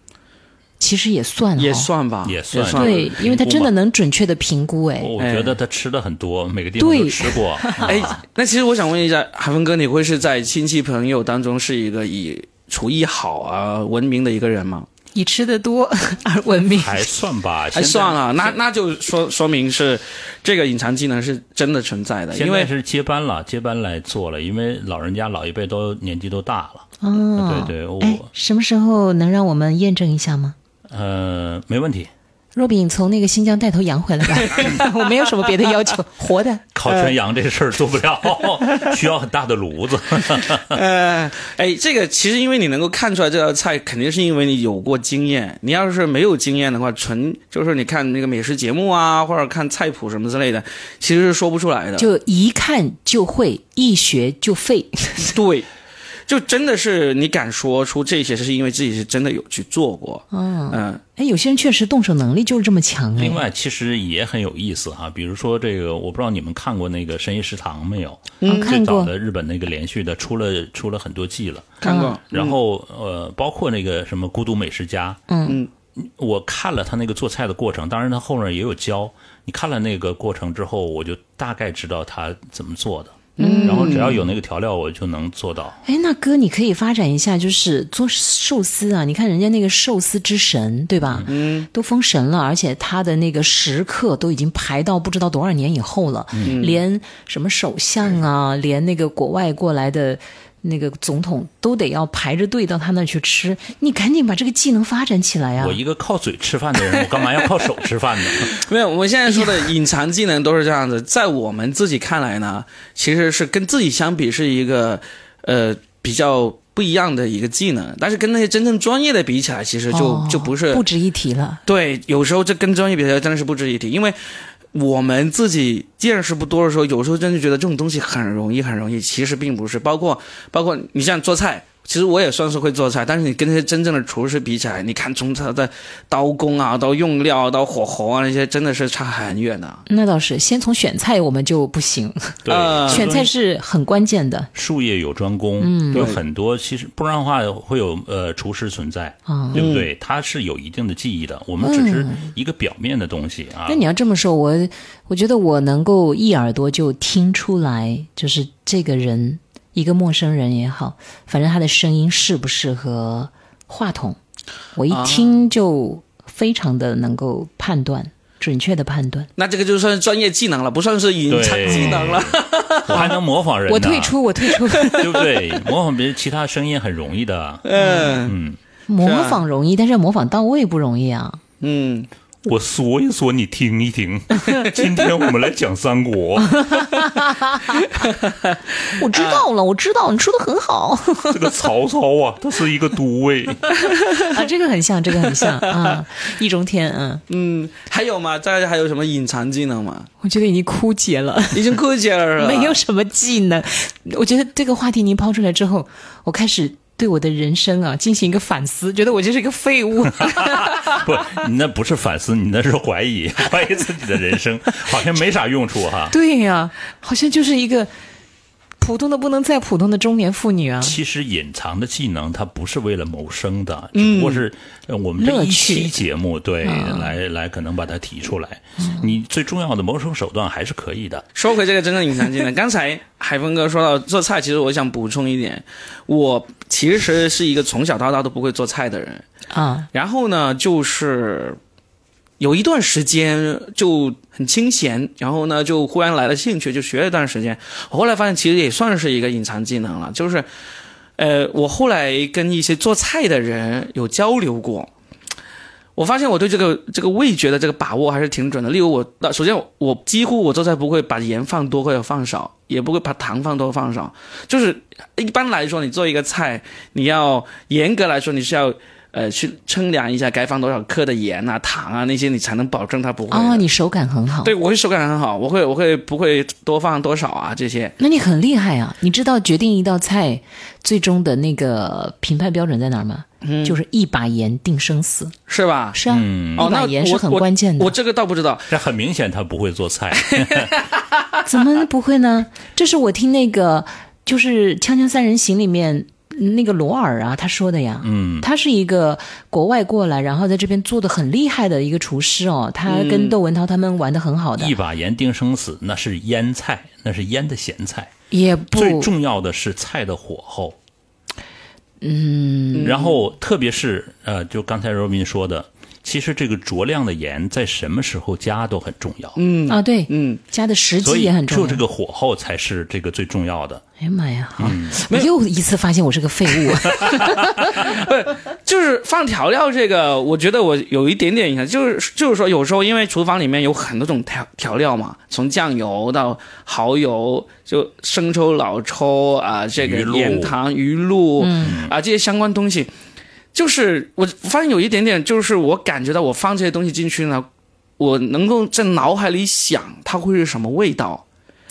[SPEAKER 2] 其实也算、哦，
[SPEAKER 1] 也算啊吧，
[SPEAKER 3] 也
[SPEAKER 1] 算
[SPEAKER 3] 算
[SPEAKER 1] 吧
[SPEAKER 2] 对，因为他真的能准确的评估，哎，
[SPEAKER 1] 哦
[SPEAKER 3] 哦我觉得他吃的很多，每个地方都
[SPEAKER 2] 对
[SPEAKER 3] 吃过。
[SPEAKER 1] 哎，那其实我想问一下，海峰哥，你会是在亲戚朋友当中是一个以厨艺好啊闻名的一个人吗？
[SPEAKER 2] 以吃的多 而闻名。
[SPEAKER 3] 还算吧，
[SPEAKER 1] 哎，
[SPEAKER 3] 现在
[SPEAKER 1] 算。了，那那就说说明是这个隐藏技能是真的存在的，
[SPEAKER 3] 现
[SPEAKER 1] 因
[SPEAKER 3] 在
[SPEAKER 1] 为
[SPEAKER 3] 是接班了，接班来做了，因为老人家老一辈都年纪都大了，
[SPEAKER 2] 哦，
[SPEAKER 3] 对对我
[SPEAKER 2] 哎，什么时候能让我们验证一下吗？
[SPEAKER 3] 呃，没问题，
[SPEAKER 2] 若饼从那个新疆带头羊回来 吧，我没有什么别的要求， 活的。
[SPEAKER 3] 烤全羊这事儿做不了， 需要很大的炉子。
[SPEAKER 1] 呃，哎，这个其实因为你能够看出来这道菜，肯定是因为你有过经验。你要是没有经验的话，纯就是你看那个美食节目啊，或者看菜谱什么之类的，其实是说不出来的。
[SPEAKER 2] 就一看就会，一学就废。
[SPEAKER 1] 对，就真的是你敢说出这些，是因为自己是真的有去做过。嗯、
[SPEAKER 2] 哎，有些人确实动手能力就是这么强哎
[SPEAKER 3] 另。外，其实也很有意思哈，比如说这个，我不知道你们看过那个《深夜食堂》没有？
[SPEAKER 2] 嗯
[SPEAKER 3] 最
[SPEAKER 2] 看
[SPEAKER 3] 早
[SPEAKER 2] 过
[SPEAKER 3] 的日本那个连续的，出了出了很多季了。
[SPEAKER 1] 看过。
[SPEAKER 3] 然后呃，包括那个什么《孤独美食家》，
[SPEAKER 2] 嗯
[SPEAKER 3] 我看了他那个做菜的过程，当然他后面也有教。你看了那个过程之后，我就大概知道他怎么做的。嗯，然后只要有那个调料，我就能做到。
[SPEAKER 2] 哎，那哥，你可以发展一下，就是做寿司啊。你看人家那个寿司之神，对吧？嗯，都封神了，而且他的那个食客都已经排到不知道多少年以后了，
[SPEAKER 1] 嗯
[SPEAKER 2] 连什么首相啊，连那个国外过来的。那个总统都得要排着队到他那儿去吃，你赶紧把这个技能发展起来啊呀、
[SPEAKER 3] 我一个靠嘴吃饭的人，我干嘛要靠手吃饭 呢？
[SPEAKER 1] 没有，我们现在说的隐藏技能都是这样子，在我们自己看来呢，其实是跟自己相比是一个呃比较不一样的一个技能，但是跟那些真正专业的比起来，其实就、
[SPEAKER 2] 哦
[SPEAKER 1] 就不是
[SPEAKER 2] 不值一提了。
[SPEAKER 1] 对，有时候这跟专业比起来真的是不值一提，因为。我们自己见识不多的时候，有时候真的觉得这种东西很容易，很容易，其实并不是。包括包括你像做菜，其实我也算是会做菜，但是你跟那些真正的厨师比起来，你看从他的刀工啊，到用料啊，到火候啊那些，真的是差很远的。
[SPEAKER 2] 那倒是，先从选菜我们就不行，
[SPEAKER 3] 对，
[SPEAKER 1] 呃
[SPEAKER 3] 就是
[SPEAKER 2] 选菜是嗯很关键的
[SPEAKER 3] 术业有专攻，有很多其实不然的话会有呃厨师存在，
[SPEAKER 2] 啊。
[SPEAKER 3] 对不对？他是有一定的技艺的，我们只是一个表面的东西
[SPEAKER 2] 嗯
[SPEAKER 3] 啊
[SPEAKER 2] 那。你要这么说，我我觉得我能够一耳朵就听出来，就是这个人，一个陌生人也好，反正他的声音适不适合话筒，我一听就非常的能够判断，准确的判断。
[SPEAKER 1] 那这个就算是专业技能了，不算是隐藏
[SPEAKER 3] 对
[SPEAKER 1] 技能了。
[SPEAKER 3] 我还能模仿人呢，
[SPEAKER 2] 我退，出，我退 出。
[SPEAKER 3] 对不对？模仿别人其他声音很容易的，
[SPEAKER 1] 嗯
[SPEAKER 3] 嗯，
[SPEAKER 2] 模仿容易，但是模仿到位不容易啊。
[SPEAKER 1] 嗯，
[SPEAKER 3] 我说一说，你听一听。今天我们来讲三国，
[SPEAKER 2] 我知道了，我知道，你说的很 好
[SPEAKER 3] 这个曹操啊，他是一个都尉。
[SPEAKER 2] 啊，这个很像，这个很像 啊，易中天，嗯，
[SPEAKER 1] 还有吗？大家还有什么隐藏技能吗？
[SPEAKER 2] 我觉得已经枯竭了。
[SPEAKER 1] 已经枯竭了是吧？
[SPEAKER 2] 没有什么技能。我觉得这个话题您抛出来之后，我开始对我的人生啊进行一个反思，觉得我就是一个 废物。
[SPEAKER 3] 不，你那不是反思，你那是怀疑， 怀疑自己的人生，好像没啥用处哈。
[SPEAKER 2] 对呀、好像就是一个普通的不能再普通的中年妇女啊，
[SPEAKER 3] 其实隐藏的技能，它不是为了谋生的，只不过是呃我们这
[SPEAKER 2] 乐
[SPEAKER 3] 一
[SPEAKER 2] 趣
[SPEAKER 3] 期节目对、来来可能把它提出来。你最重要的谋生手段还是可以的，
[SPEAKER 1] 说回这个真正隐藏技能，刚才海峰哥说到做菜，其实我想补充一点，我其实是一个从小到大都不会做菜的人，
[SPEAKER 2] 啊，
[SPEAKER 1] 然后呢，就是有一段时间就很清闲，然后呢，就忽然来了兴趣，就学了一段时间。我后来发现，其实也算是一个隐藏技能了，就是，呃，我后来跟一些做菜的人有交流过。我发现我对这个这个味觉的这个把握还是挺准的。例如我，那首先我我几乎我做菜不会把盐放多或者放少，也不会把糖放多放少。就是一般来说，你做一个菜，你要严格来说你是要呃去称量一下该放多少克的盐啊、糖啊那些，你才能保证它不会。
[SPEAKER 2] 哦，你手感很好，
[SPEAKER 1] 对，我会手感很好，我会我会不会多放多少啊这些。
[SPEAKER 2] 那你很厉害啊！你知道决定一道菜最终的那个评判标准在哪儿吗？
[SPEAKER 1] 嗯
[SPEAKER 2] 就是一把盐定生死。
[SPEAKER 1] 是吧？
[SPEAKER 2] 是啊，
[SPEAKER 1] 哦
[SPEAKER 2] 一
[SPEAKER 1] 那
[SPEAKER 2] 把盐是
[SPEAKER 1] 我
[SPEAKER 2] 很
[SPEAKER 1] 我
[SPEAKER 2] 关
[SPEAKER 3] 嗯
[SPEAKER 2] 键的。
[SPEAKER 1] 我这个倒不知道，
[SPEAKER 3] 这很明显他不会做菜。
[SPEAKER 2] 怎么不会呢？这是我听那个就是《锵锵三人行》里面那个罗尔啊他说的呀。嗯，他是一个国外过来，然后在这边做的很厉害的一个厨师哦。他跟窦文涛他们玩的很好的，
[SPEAKER 3] 一把盐定生死，那是腌菜，那是腌的咸菜。
[SPEAKER 2] 也不
[SPEAKER 3] 最重要的是菜的火候。嗯，然后特别是呃，就刚才 Robin 说的，其实这个酌量的盐在什么时候加都很重要。嗯，
[SPEAKER 2] 啊，对，
[SPEAKER 1] 嗯，
[SPEAKER 2] 加的时
[SPEAKER 3] 所
[SPEAKER 2] 机
[SPEAKER 3] 以
[SPEAKER 2] 也很重
[SPEAKER 3] 就
[SPEAKER 2] 要。
[SPEAKER 3] 这个火候才是这个最重要的。
[SPEAKER 2] 哎呀妈呀！
[SPEAKER 3] 嗯
[SPEAKER 2] 我又一次发现我是个废物。啊
[SPEAKER 1] 就是放调料这个，我觉得我有一点点影响，就是就是说有时候因为厨房里面有很多种调调料嘛，从酱油到蚝油，就生抽、老抽啊、这个
[SPEAKER 3] 鱼露嗯
[SPEAKER 1] 盐糖、鱼露啊、这些相关东西，就是我发现有一点点，就是我感觉到我放这些东西进去呢，我能够在脑海里想它会是什么味道，
[SPEAKER 3] 哦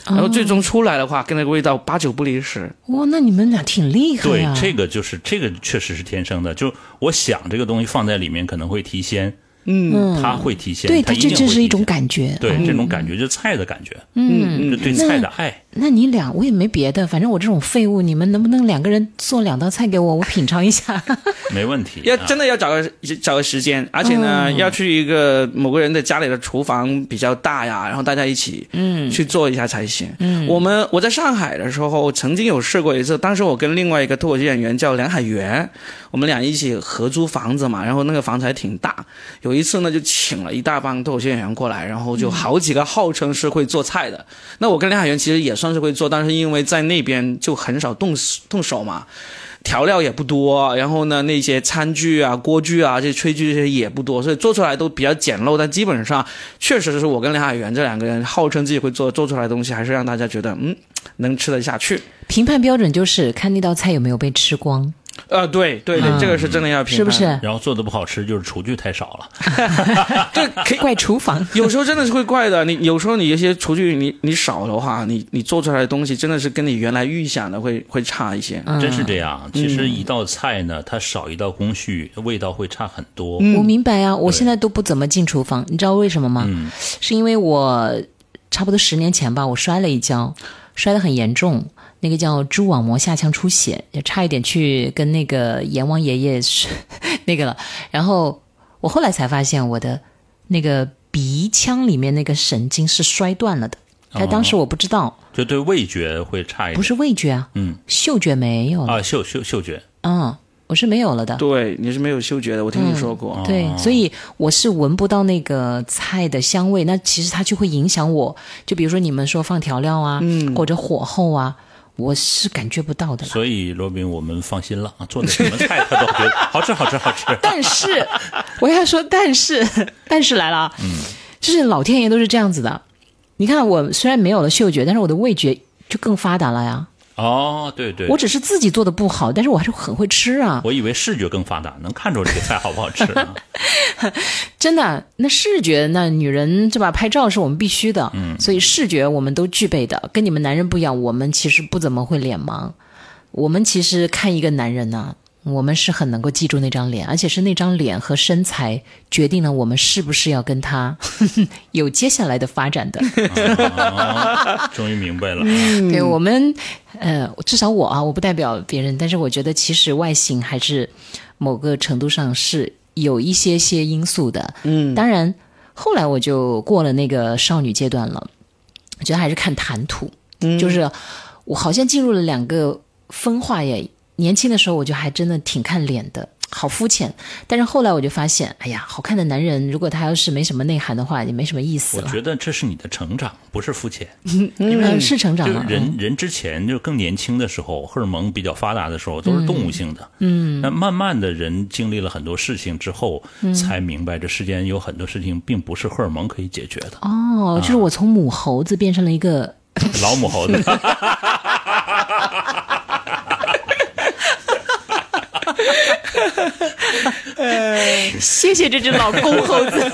[SPEAKER 1] 然后最终出来的话跟那个味道八九不离十。
[SPEAKER 2] 哇，那你们俩挺厉害啊
[SPEAKER 3] 对
[SPEAKER 2] 呀、，
[SPEAKER 3] 这个就是这个确实是天生的。就我想这个东西放在里面可能会提鲜，嗯，它会提鲜，
[SPEAKER 2] 对
[SPEAKER 3] 它
[SPEAKER 2] 他
[SPEAKER 3] 一定
[SPEAKER 2] 这
[SPEAKER 3] 会
[SPEAKER 2] 这是一种
[SPEAKER 3] 提鲜。
[SPEAKER 2] 感觉。嗯
[SPEAKER 3] 对，这种感觉就是菜的感觉，
[SPEAKER 1] 嗯
[SPEAKER 3] 就对菜的爱。
[SPEAKER 2] 那你俩我也没别的，反正我这种废物，你们能不能两个人做两道菜给我，我品尝一下？
[SPEAKER 3] 没问题。
[SPEAKER 1] 要
[SPEAKER 3] 啊
[SPEAKER 1] 真的要找个找个时间，而且呢，要去一个某个人的家里的厨房比较大呀，然后大家一起嗯去做一下才行。嗯，我们我在上海的时候曾经有试过一次，当时我跟另外一个脱口秀演员叫梁海源，我们俩一起合租房子嘛，然后那个房子还挺大。有一次呢，就请了一大帮脱口秀演员过来，然后就好几个号称是会做菜的。那我跟梁海源其实也算是会做，但是因为在那边就很少动手动手嘛，调料也不多，然后呢，那些餐具啊、锅具啊、这些炊具这些也不多，所以做出来都比较简陋。但基本上，确实是我跟梁海源这两个人号称自己会做，做出来的东西还是让大家觉得嗯能吃得下去。
[SPEAKER 2] 评判标准就是看那道菜有没有被吃光，
[SPEAKER 1] 呃，对对对，这个是真的要评
[SPEAKER 2] 是
[SPEAKER 1] 判
[SPEAKER 2] 不？是？
[SPEAKER 3] 然后做的不好吃，就是厨具太少了。
[SPEAKER 1] 对，可以。
[SPEAKER 2] 怪厨房。
[SPEAKER 1] 有时候真的是会怪的，你有时候你一些厨具你你少的话，你你做出来的东西真的是跟你原来预想的会会差一些。
[SPEAKER 2] 嗯
[SPEAKER 3] 真是这样。其实一道菜呢，它少一道工序，味道会差很多。
[SPEAKER 1] 嗯
[SPEAKER 2] 我明白啊，我现在都不怎么进厨房，你知道为什么吗？
[SPEAKER 1] 嗯
[SPEAKER 2] 是因为我差不多十年前吧，我摔了一跤，摔得很严重，那个叫蛛网膜下腔出血，也差一点去跟那个阎王爷 爷是那个了。然后我后来才发现，我的那个鼻腔里面那个神经是摔断了的，但当
[SPEAKER 1] 哦
[SPEAKER 2] 时我不知道，
[SPEAKER 3] 就对味觉会差一点。
[SPEAKER 2] 不是味觉啊，
[SPEAKER 3] 嗯，
[SPEAKER 2] 嗅觉没有了，
[SPEAKER 3] 啊，嗅嗅嗅觉，
[SPEAKER 2] 嗯，我是没有了的。
[SPEAKER 1] 对，你是没有嗅觉的，我听你说过。
[SPEAKER 2] 对，所以我是闻不到那个菜的香味，那其实它就会影响我。就比如说你们说放调料啊，或者火候啊，我是感觉不到的啦。
[SPEAKER 3] 所以罗宾，我们放心了啊，做的什么菜他都觉得 好吃，好吃，好吃。
[SPEAKER 2] 但是我要说，但是但是来了，啊，就是老天爷都是这样子的。你看，我虽然没有了嗅觉，但是我的味觉就更发达了呀。
[SPEAKER 3] 哦，对对，
[SPEAKER 2] 我
[SPEAKER 3] 我
[SPEAKER 2] 只是自己做的不好，但是我还是很会吃啊，
[SPEAKER 3] 以为视觉更发达，能看出这个菜好不好吃 啊。
[SPEAKER 2] 真的。那视觉，那女人对吧？拍照是我们必须的，所以视觉我们都具备的，跟你们男人不一样，我们其实不怎么会脸盲。我们其实看一个男人呢、啊我们是很能够记住那张脸，而且是那张脸和身材决定了我们是不是要跟他 有接下来的发展的。
[SPEAKER 3] 啊终于明白了。
[SPEAKER 2] 对我们，呃，至少我啊，我不代表别人，但是我觉得其实外形还是某个程度上是有一些些因素的。嗯，当然后来我就过了那个少女阶段了，我觉得还是看谈吐，就是我好像进入了两个分化耶。年轻的时候我就还真的挺看脸的。好肤浅，但是后来我就发现，哎呀，好看的男人，如果他要是没什么内涵的话，也没什么意思
[SPEAKER 3] 我
[SPEAKER 2] 了。
[SPEAKER 3] 觉得这是你的成长，不是肤浅。
[SPEAKER 2] 嗯，是成长
[SPEAKER 3] 就
[SPEAKER 2] 了，
[SPEAKER 3] 人人之前就更年轻的时候，荷尔蒙比较发达的时候，都是动物性的。嗯，那慢慢的人经历了很多事情之后，
[SPEAKER 2] 嗯
[SPEAKER 3] 才明白这世间有很多事情并不是荷尔蒙可以解决 的。
[SPEAKER 2] 哦，就是我从母猴子变成了一个
[SPEAKER 3] 老母猴子，
[SPEAKER 2] 谢谢这只老公猴子。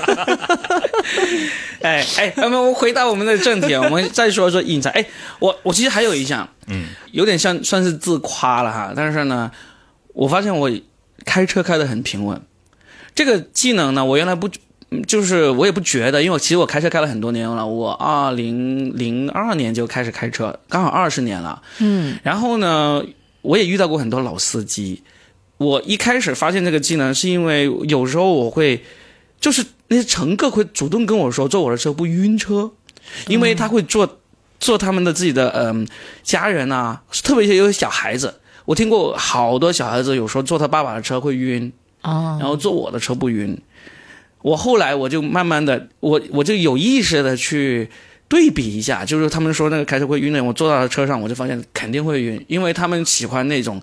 [SPEAKER 1] 哎哎，那么我们回到我们的正题，啊我们再说说隐藏。哎，我我其实还有一项，嗯，有点像算是自夸了哈，但是呢，我发现我开车开得很平稳。这个技能呢，我原来不嗯就是我也不觉得，因为我其实我开车开了很多年了，我二零零二年就开始开车，刚好二十年了。嗯，然后呢，我也遇到过很多老司机。我一开始发现这个技能，是因为有时候我会，就是那些乘客会主动跟我说坐我的车不晕车，因为他会坐坐他们的自己的嗯、家人啊，特别是有小孩子，我听过好多小孩子有时候坐他爸爸的车会晕，
[SPEAKER 2] 哦，
[SPEAKER 1] 然后坐我的车不晕。我后来我就慢慢的，我我就有意识的去对比一下，就是他们说那个开车会晕的人，我坐到了车上，我就发现肯定会晕，因为他们喜欢那种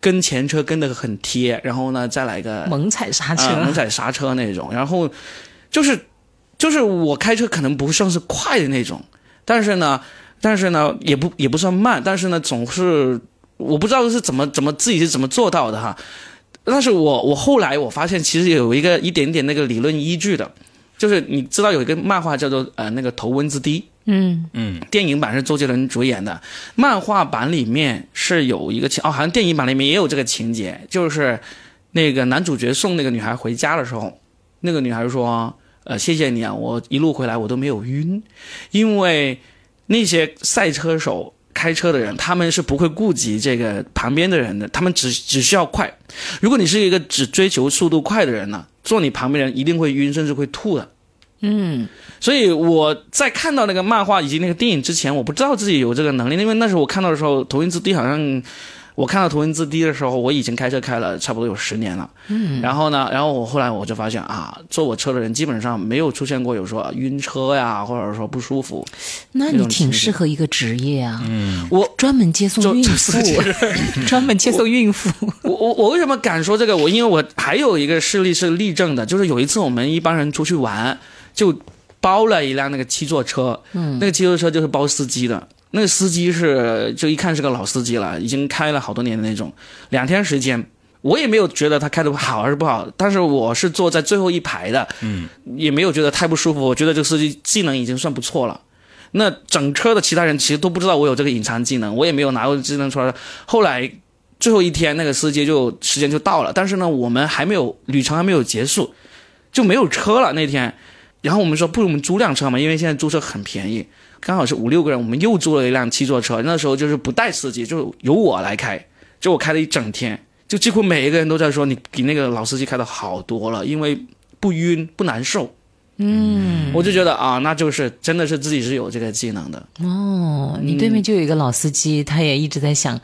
[SPEAKER 1] 跟前车跟的很贴，然后呢再来个
[SPEAKER 2] 嗯猛踩刹车，
[SPEAKER 1] 啊，猛踩刹车那种。然后就是就是我开车可能不算是快的那种，但是呢，但是呢也不也不算慢，但是呢总是我不知道是怎么怎么自己是怎么做到的哈。但是我我后来我发现其实有一个一点点那个理论依据的，就是你知道有一个漫画叫做呃那个头文字 D，
[SPEAKER 2] 嗯，
[SPEAKER 1] 电影版是周杰伦主演的，漫画版里面是有一个情哦，好像电影版里面也有这个情节，就是那个男主角送那个女孩回家的时候，那个女孩说：“呃，谢谢你啊，我一路回来我都没有晕，因为那些赛车手。”开车的人，他们是不会顾及这个旁边的人的，他们只只需要快。如果你是一个只追求速度快的人呢、坐你旁边人一定会晕，甚至会吐的。所以我在看到那个漫画以及那个电影之前，我不知道自己有这个能力，因为那时候我看到的时候，《头文字 D》好像我看到《头文字 D》的时候，我已经开车开了差不多有十年了。嗯，然后呢，然后我后来我就发现啊，坐我车的人基本上没有出现过有说晕车呀，或者说不舒服。
[SPEAKER 2] 那你挺适合一个职业啊，嗯，我专门接送孕妇， 专门接送孕 妇，
[SPEAKER 1] 我我我为什么敢说这个？我因为我还有一个事例是例证的，就是有一次我们一帮人出去玩，就包了一辆那个七座车，嗯，那个七座车就是包司机的，那个司机是就一看是个老司机了，已经开了好多年的那种，两天时间。我也没有觉得他开的好还是不好，但是我是坐在最后一排的，嗯，也没有觉得太不舒服。我觉得这个司机技能已经算不错了。那整车的其他人其实都不知道我有这个隐藏技能，我也没有拿过技能出来。后来最后一天那个司机就时间就到了，但是呢，我们还没有旅程还没有结束，就没有车了那天。然后我们说，不如我们租辆车嘛，因为现在租车很便宜，刚好是五六个人，我们又租了一辆七座车。那时候就是不带司机，就由我来开，就我开了一整天，就几乎每一个人都在说你比那个老司机开的好多了，因为不晕不难受。嗯，我就觉得啊，那就是真的是自己是有这个技能的。
[SPEAKER 2] 哦，你对面就有一个老司机，他也一直在想。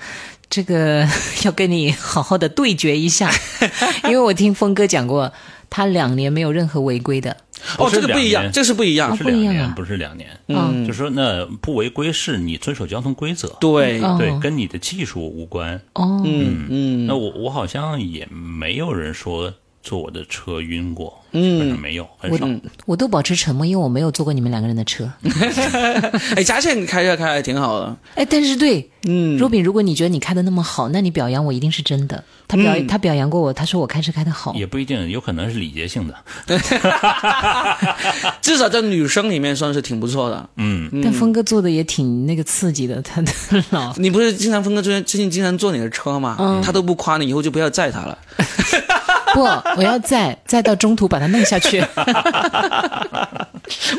[SPEAKER 2] 这个 要跟你好好的对决一下，因为我听峰哥讲过，他两年没有任何违规的，
[SPEAKER 1] 哦，
[SPEAKER 3] 不是
[SPEAKER 1] 这个不一
[SPEAKER 3] 两
[SPEAKER 1] 样，
[SPEAKER 3] 年
[SPEAKER 1] 这是不一样
[SPEAKER 3] 是。
[SPEAKER 2] 不一
[SPEAKER 3] 两
[SPEAKER 2] 样啊
[SPEAKER 3] 年，不是两年。
[SPEAKER 2] 嗯
[SPEAKER 3] 就说那不违规是你遵守交通规则，
[SPEAKER 1] 对，
[SPEAKER 2] 哦
[SPEAKER 3] 对，跟你的技术无关。
[SPEAKER 2] 哦，
[SPEAKER 1] 嗯嗯
[SPEAKER 3] 那我我好像也没有人说坐我的车晕过，基本上没有，很少。
[SPEAKER 2] 嗯我都保持沉默，因为我没有坐过你们两个人的车。
[SPEAKER 1] 哎，佳倩开车开的挺好的，
[SPEAKER 2] 哎，但是对，嗯，若饼，如果你觉得你开的那么好，那你表扬我一定是真的。他表、
[SPEAKER 1] 嗯
[SPEAKER 2] 他表扬过我，他说我开车开的好。
[SPEAKER 3] 也不一定，有可能是礼节性的。
[SPEAKER 1] 至少在女生里面算是挺不错的。
[SPEAKER 3] 嗯，
[SPEAKER 2] 但峰哥做的也挺那个刺激的，他的老
[SPEAKER 1] 你不是经常峰哥最近最近经常坐你的车吗？他都不夸你，以后就不要载他了。
[SPEAKER 2] 不，我要再再到中途把他弄下 去。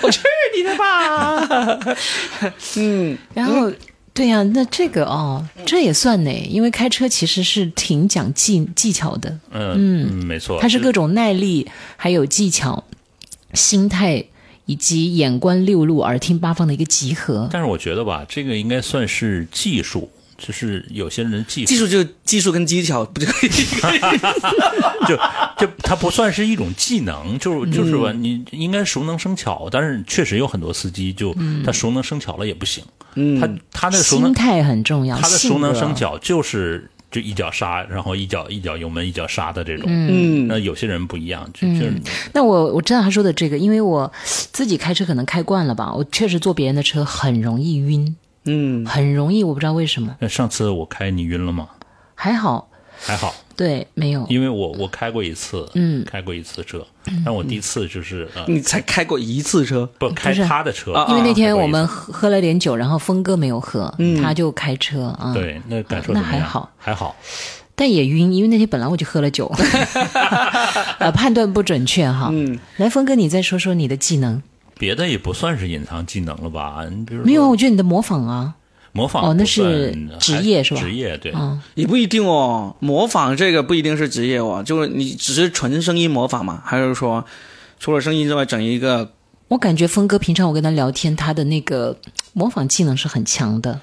[SPEAKER 1] 我去你的 吧！嗯
[SPEAKER 2] 然后，对呀、那这个哦，这也算呢，因为开车其实是挺讲技技巧的，
[SPEAKER 3] 嗯，没错，
[SPEAKER 2] 它是
[SPEAKER 3] 就
[SPEAKER 2] 各种耐力，还有技巧、心态以及眼观六路、耳听八方的一个集合。
[SPEAKER 3] 但是我觉得吧，这个应该算是技术，就是有些人技术
[SPEAKER 1] 技术就技术跟技巧不就可以？
[SPEAKER 3] 就就它不算是一种技能，就就是吧，
[SPEAKER 2] 嗯
[SPEAKER 3] 你应该熟能生巧，但是确实有很多司机就他熟能生巧了也不行，他他的熟
[SPEAKER 2] 嗯心
[SPEAKER 3] 能
[SPEAKER 2] 态很重要，
[SPEAKER 3] 他的
[SPEAKER 2] 性
[SPEAKER 3] 熟能
[SPEAKER 2] 格
[SPEAKER 3] 生巧就是就一脚刹，然后一脚一脚油门一脚刹的这种，嗯，那有些人不一样，就
[SPEAKER 2] 嗯
[SPEAKER 3] 就是
[SPEAKER 2] 那我我知道他说的这个，因为我自己开车可能开惯了吧，我确实坐别人的车很容易晕，
[SPEAKER 1] 嗯，
[SPEAKER 2] 很容易，我不知道为什么，
[SPEAKER 3] 那上次我开你晕了吗？
[SPEAKER 2] 还好，
[SPEAKER 3] 还好，
[SPEAKER 2] 对，没有，
[SPEAKER 3] 因为我我开过一次，嗯，开过一次车，
[SPEAKER 2] 嗯
[SPEAKER 3] 但我第一次就是呃，
[SPEAKER 1] 你才开过一次车，
[SPEAKER 3] 不开
[SPEAKER 2] 是
[SPEAKER 3] 他的车，
[SPEAKER 1] 啊
[SPEAKER 2] 因为那
[SPEAKER 3] 开
[SPEAKER 2] 天
[SPEAKER 3] 过一
[SPEAKER 2] 我们
[SPEAKER 3] 次
[SPEAKER 2] 喝喝了点酒，然后峰哥没有喝，他就开车啊，，
[SPEAKER 3] 对那感受
[SPEAKER 2] 那
[SPEAKER 3] 怎么
[SPEAKER 2] 还
[SPEAKER 3] 样？
[SPEAKER 2] 好，
[SPEAKER 3] 还好，
[SPEAKER 2] 但也晕，因为那天本来我就喝 了酒，呃，判断不准确哈。嗯，来，峰哥，你再说说你的技能。
[SPEAKER 3] 别的也不算是隐藏技能了吧？你比如说
[SPEAKER 2] 没有啊，我觉得你的模仿啊，
[SPEAKER 3] 模仿
[SPEAKER 2] 哦那
[SPEAKER 3] 不算
[SPEAKER 2] 是
[SPEAKER 3] 还
[SPEAKER 2] 职业是吧嗯
[SPEAKER 3] 职业对，
[SPEAKER 1] 也不一定哦。模仿这个不一定是职业哦，就是你只是纯声音模仿嘛，还是说除了声音之外整一个？
[SPEAKER 2] 我感觉峰哥平常我跟他聊天，他的那个模仿技能是很强的，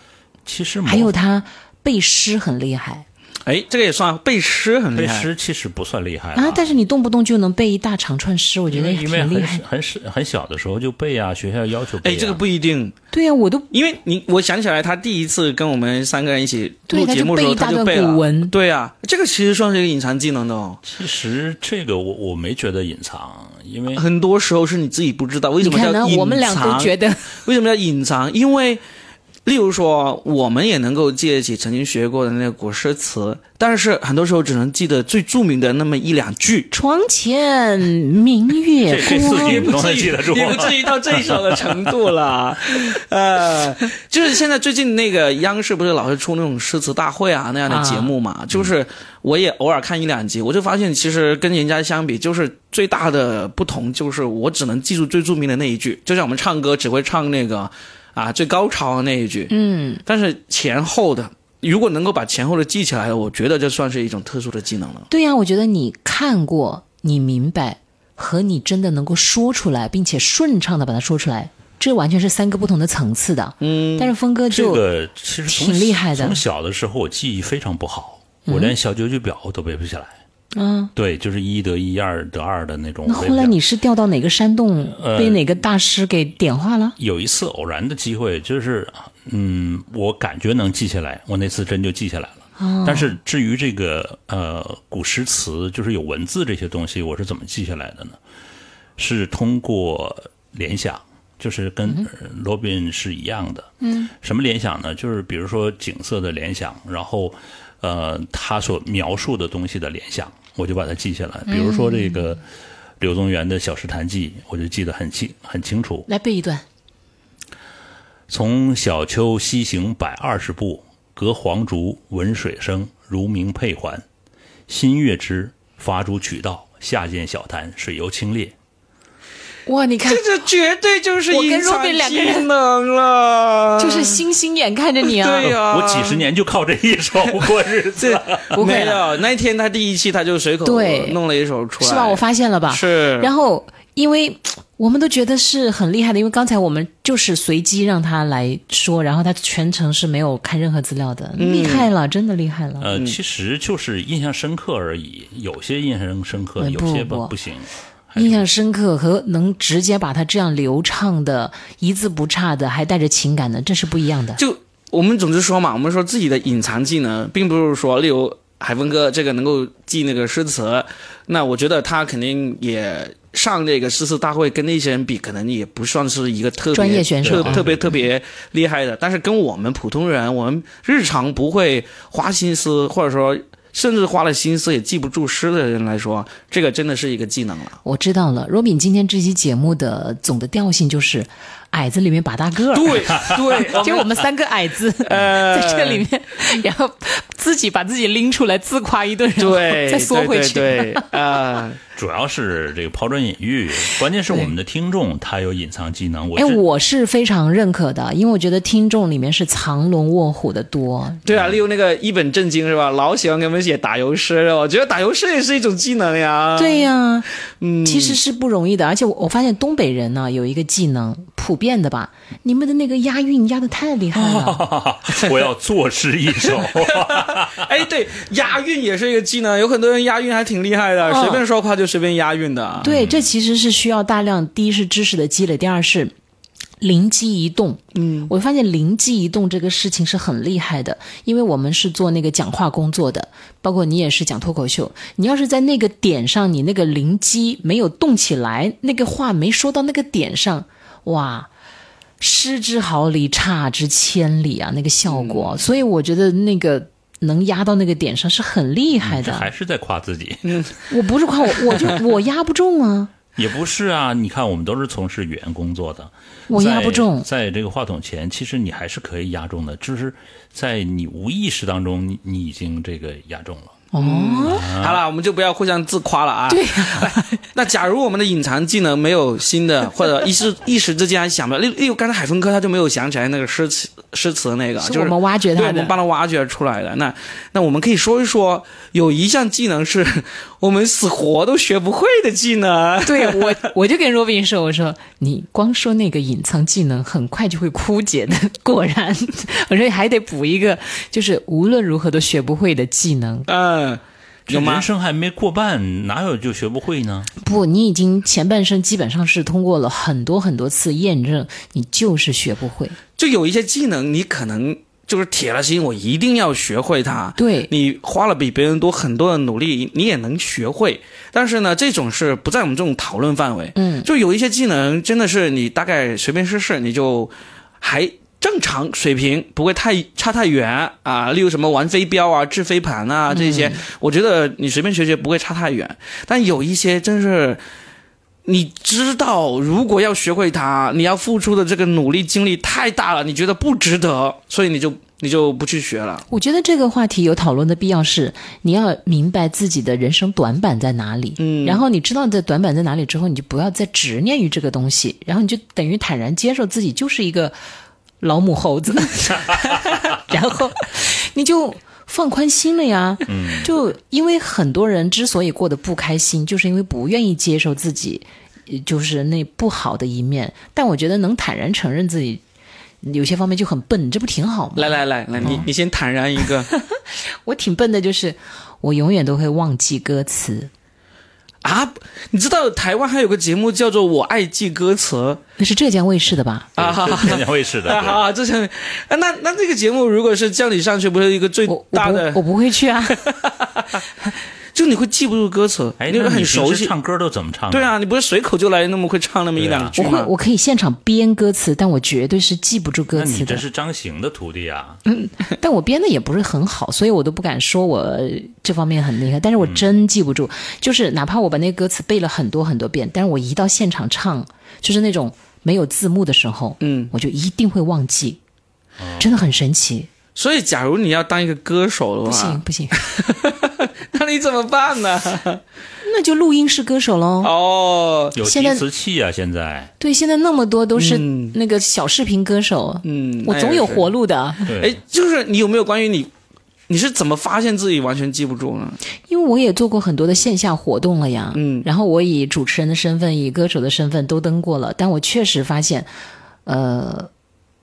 [SPEAKER 3] 其实模
[SPEAKER 2] 还有他背诗很厉害
[SPEAKER 1] 哎，这个也算背诗很厉
[SPEAKER 3] 背
[SPEAKER 1] 害。
[SPEAKER 3] 诗其实不算厉害
[SPEAKER 2] 啊。但是你动不动就能背一大长串诗，我觉
[SPEAKER 3] 哎因
[SPEAKER 2] 得
[SPEAKER 3] 为
[SPEAKER 2] 也挺
[SPEAKER 3] 因为
[SPEAKER 2] 厉
[SPEAKER 3] 很
[SPEAKER 2] 害。
[SPEAKER 3] 很很很小的时候就背啊，学校要求背、啊。
[SPEAKER 1] 哎，这个不一定，
[SPEAKER 2] 对呀、啊我都
[SPEAKER 1] 因为你我想起来，他第一次跟我们三个人一起录
[SPEAKER 2] 对他
[SPEAKER 1] 节
[SPEAKER 2] 就
[SPEAKER 1] 目的时候，
[SPEAKER 2] 背一大
[SPEAKER 1] 他就
[SPEAKER 2] 段
[SPEAKER 1] 背了
[SPEAKER 2] 古。文
[SPEAKER 1] 对啊，这个其实算是一个隐藏技能的哦。
[SPEAKER 3] 其实这个我我没觉得隐藏，因
[SPEAKER 2] 呃
[SPEAKER 3] 为
[SPEAKER 1] 很多时候是你自己不知道为
[SPEAKER 2] 你
[SPEAKER 1] 什么
[SPEAKER 2] 看
[SPEAKER 1] 叫
[SPEAKER 2] 呢，
[SPEAKER 1] 隐藏。
[SPEAKER 2] 我们俩都觉得。
[SPEAKER 1] 为什么叫隐藏？因为，例如说，我们也能够记得起曾经学过的那个古诗词，但是很多时候只能记得最著名的那么一两句
[SPEAKER 2] 床前明月
[SPEAKER 3] 这这四句
[SPEAKER 2] 光
[SPEAKER 3] 也不至于，
[SPEAKER 1] 也不至于到这首的程度啦。 呃，就是现在最近那个央视不是老是出那种诗词大会啊那样的节目嘛，
[SPEAKER 2] 嗯
[SPEAKER 1] 就是我也偶尔看一两集，我就发现其实跟人家相比，就是最大的不同就是我只能记住最著名的那一句，就像我们唱歌只会唱那个啊最高潮的那一句，
[SPEAKER 2] 嗯，
[SPEAKER 1] 但是前后的，如果能够把前后的记起来，我觉得这算是一种特殊的技能 了。
[SPEAKER 2] 对呀、我觉得你看过，你明白，和你真的能够说出来，并且顺畅的把它说出来，这完全是三个不同的层次的。嗯，但是峰哥
[SPEAKER 3] 这
[SPEAKER 2] 就、
[SPEAKER 3] 个其实从
[SPEAKER 2] 挺厉害的
[SPEAKER 3] 从小的时候我记忆非常不好，我连小九九表我都背不下来。
[SPEAKER 2] 嗯，
[SPEAKER 3] 对，就是一得一，二得二的那种。
[SPEAKER 2] 那
[SPEAKER 3] 我背
[SPEAKER 2] 后
[SPEAKER 3] 不下
[SPEAKER 2] 来
[SPEAKER 3] 来
[SPEAKER 2] 你是掉到哪个山洞，
[SPEAKER 3] 呃
[SPEAKER 2] 被哪个大师给点化了？
[SPEAKER 3] 有一次偶然的机会，就是嗯，我感觉能记下来，我那次真就记下来了。但是至于这个呃古诗词，就是有文字这些东西，我是怎么记下来的呢？是通过联想，就是跟呃罗宾是一样的。嗯，什么联想呢？就是比如说景色的联想，然后呃他所描述的东西的联想，我就把它记下来。比如说这个柳宗元的《小石潭记》，我就记得很清很清楚。
[SPEAKER 2] 来背一段，
[SPEAKER 3] 从小丘西行百二十步，隔黄竹闻水声，如鸣佩环。新月之，伐竹取道，下见小潭，水游清冽。
[SPEAKER 2] 哇，你看
[SPEAKER 1] 这这绝对就是
[SPEAKER 2] 我跟
[SPEAKER 1] 隐藏
[SPEAKER 2] Robin 两个人
[SPEAKER 1] 技能了，
[SPEAKER 2] 星星眼看着你啊
[SPEAKER 1] 对呀、
[SPEAKER 3] 呃我几十年就靠这一首过日子。
[SPEAKER 2] 不会
[SPEAKER 1] 没
[SPEAKER 2] 了
[SPEAKER 1] 有，那一天他第一期他就随口
[SPEAKER 2] 对
[SPEAKER 1] 弄了一首出来，
[SPEAKER 2] 是吧？我发现了吧？
[SPEAKER 1] 是，
[SPEAKER 2] 然后，因为我们都觉得是很厉害的，因为刚才我们就是随机让他来说，然后他全程是没有看任何资料
[SPEAKER 3] 嗯
[SPEAKER 2] 的，厉害了，真的厉害了。
[SPEAKER 3] 呃，其实就是印象深刻而已，有些印象深刻，
[SPEAKER 2] 嗯
[SPEAKER 3] 有些
[SPEAKER 2] 不
[SPEAKER 3] 不
[SPEAKER 2] 不
[SPEAKER 3] 不行。还是
[SPEAKER 2] 印象深刻和能直接把他这样流畅的、一字不差的，还带着情感的，这是不一样的。
[SPEAKER 1] 就我们总之说嘛，我们说自己的隐藏技能，并不是说例如。海峰哥这个能够记那个诗词，那我觉得他肯定也上这个诗词大会，跟那些人比，可能也不算是一个特别
[SPEAKER 2] 专业选手
[SPEAKER 1] 特
[SPEAKER 2] 啊
[SPEAKER 1] 特别特别厉害的。但是跟我们普通人，我们日常不会花心思，或者说甚至花了心思也记不住诗的人来说，这个真的是一个技能了。
[SPEAKER 2] 我知道了。若敏今天这期节目的总的调性就是矮子里面把大个儿，
[SPEAKER 1] 对对，呃
[SPEAKER 2] 就是我们三个矮 子 在这里面，然后自己把自己拎出来自夸一顿，然后
[SPEAKER 1] 对，
[SPEAKER 2] 再缩回去。
[SPEAKER 1] 对对对 啊、
[SPEAKER 3] 主要是这个抛砖引玉，关键是我们的听众他有隐藏技能。我
[SPEAKER 2] 哎，
[SPEAKER 3] 是
[SPEAKER 2] 我是非常认可的，因为我觉得听众里面是藏龙卧虎的多。
[SPEAKER 1] 对啊，例如那个一本正经是吧？老喜欢给我们写打油诗，我觉得打油诗也是一种技能呀。
[SPEAKER 2] 对呀、其实是不容易的。而且我我发现东北人呢、有一个技能，普遍的吧，你们的那个押韵押的太厉害了。
[SPEAKER 3] 我要作诗一 首，
[SPEAKER 1] 哎，对，押韵也是一个技能，有很多人押韵还挺厉害的，
[SPEAKER 2] 嗯
[SPEAKER 1] 随便说话就随便押韵的。
[SPEAKER 2] 对，这其实是需要大量，第一是知识的积累，第二是。灵机一动，嗯，我发现灵机一动这个事情是很厉害的，因为我们是做那个讲话工作的，包括你也是讲脱口秀。你要是在那个点上，你那个灵机没有动起来，那个话没说到那个点上，哇，失之毫厘，差之千里啊，那个效果。所以我觉得那个能压到那个点上是很厉害
[SPEAKER 3] 嗯这
[SPEAKER 2] 的。
[SPEAKER 3] 还是在夸自己。
[SPEAKER 2] 我不是夸我，我就我压不中啊，
[SPEAKER 3] 也不是啊，你看我们都是从事语言工作的，
[SPEAKER 2] 我压不中。
[SPEAKER 3] 在。在这个话筒前，其实你还是可以压中的，就是在你无意识当中，你你已经这个压中了。
[SPEAKER 2] 哦，
[SPEAKER 1] 好了，我们就不要互相自夸了啊。对、 那假如我们的隐藏技能没有新的，或者一时一时之间还想不了，例例如刚才海峰哥他就没有想起来那个诗词诗词那个，
[SPEAKER 2] 是
[SPEAKER 1] 就
[SPEAKER 2] 我
[SPEAKER 1] 是
[SPEAKER 2] 们挖掘
[SPEAKER 1] 对，
[SPEAKER 2] 他
[SPEAKER 1] 我
[SPEAKER 2] 的
[SPEAKER 1] 们。帮他挖掘出来的。那那我们可以说一说，有一项技能是我们死活都学不会的技能。
[SPEAKER 2] 对我，我就跟 Robin 说，我说你光说那个隐藏技能，很快就会枯竭的。果然，我说还得补一个，就是无论如何都学不会的技能。
[SPEAKER 1] 嗯，
[SPEAKER 3] 这
[SPEAKER 1] 有
[SPEAKER 3] 人
[SPEAKER 1] 吗？
[SPEAKER 3] 生还没过半，哪有就学不会 呢？
[SPEAKER 2] 不，你已经前半生基本上是通过了很多很多次验证，你就是学不会。
[SPEAKER 1] 就有一些技能，你可能就是铁了心，我一定要学会它。
[SPEAKER 2] 对
[SPEAKER 1] 你花了比别人多很多的努力，你也能学会。但是呢，这种是不在我们这种讨论范围。
[SPEAKER 2] 嗯，
[SPEAKER 1] 就有一些技能，真的是你大概随便试试，你就还正常水平，不会太差太远啊。例如什么玩飞镖啊、掷飞盘啊这些，我觉得你随便学学不会差太远。但有一些真是。你知道，如果要学会它，你要付出的这个努力精力太大了，你觉得不值得，所以你就你就不去学了。
[SPEAKER 2] 我觉得这个话题有讨论的必要是，你要明白自己的人生短板在哪里，嗯，然后你知道这短板在哪里之后，你就不要再执念于这个东西，然后你就等于坦然接受自己就是一个老母猴 子，然后你就。放宽心了呀，嗯，就因为很多人之所以过得不开心，就是因为不愿意接受自己，呃就是那不好的一面。但我觉得能坦然承认自己有些方面就很笨，这不挺好吗？
[SPEAKER 1] 来来来来，你你先坦然一个
[SPEAKER 2] 我挺笨的，就是我永远都会忘记歌词，
[SPEAKER 1] 啊！你知道台湾还有个节目叫做《我爱记歌词
[SPEAKER 2] 那是浙江卫视的吧？》
[SPEAKER 1] 啊，哈哈
[SPEAKER 3] 这是天卫视的，
[SPEAKER 1] 啊，好，这是啊那那这个节目如果是叫你上去，不是一个最
[SPEAKER 2] 我我
[SPEAKER 1] 大
[SPEAKER 2] 不
[SPEAKER 1] 的
[SPEAKER 2] 我，不会去啊，
[SPEAKER 1] 就你会记不住歌词，
[SPEAKER 3] 对哎，
[SPEAKER 1] 你
[SPEAKER 3] 那
[SPEAKER 1] 会
[SPEAKER 3] 你
[SPEAKER 1] 很
[SPEAKER 3] 平
[SPEAKER 1] 熟
[SPEAKER 3] 时
[SPEAKER 1] 悉。
[SPEAKER 3] 唱啊歌都怎么唱？
[SPEAKER 1] 对，啊，你不是随口就来那么会唱那么一两句
[SPEAKER 2] 我会
[SPEAKER 1] 吗？
[SPEAKER 2] 我可以现场编歌词，但我绝对是记不住歌
[SPEAKER 3] 那
[SPEAKER 2] 词
[SPEAKER 3] 你
[SPEAKER 2] 的
[SPEAKER 3] 这。是张行的徒弟啊，
[SPEAKER 2] 嗯但我编的也不是很好，所以我都不敢说我呃这方面很厉害。但是我真记不住，就是哪怕我把那个歌词背了很多很多遍，但是我一到现场唱，就是那种没有字幕的时候，
[SPEAKER 1] 嗯，
[SPEAKER 2] 我就一定会忘记，真的很神奇。
[SPEAKER 1] 所以假如你要当一个歌手的
[SPEAKER 2] 不行
[SPEAKER 1] 话，
[SPEAKER 2] 不行，
[SPEAKER 1] 那你怎么办呢？
[SPEAKER 2] 那就录音室歌手喽。
[SPEAKER 1] 哦，
[SPEAKER 3] 有
[SPEAKER 2] 现
[SPEAKER 3] 提
[SPEAKER 2] 在
[SPEAKER 3] 词器啊，现在
[SPEAKER 2] 对，现在那么多都是
[SPEAKER 1] 嗯
[SPEAKER 2] 那个小视频歌手，
[SPEAKER 1] 嗯，
[SPEAKER 2] 我
[SPEAKER 1] 那
[SPEAKER 2] 总
[SPEAKER 1] 也
[SPEAKER 2] 有
[SPEAKER 1] 是
[SPEAKER 2] 活路的，
[SPEAKER 1] 哎
[SPEAKER 3] 对，，
[SPEAKER 1] 就是你有没有关于你，你是怎么发现自己完全记不住呢？
[SPEAKER 2] 因为我也做过很多的线下活动了呀。
[SPEAKER 1] 嗯
[SPEAKER 2] 然后我以主持人的身份，以歌手的身份都登过了，但我确实发现，呃，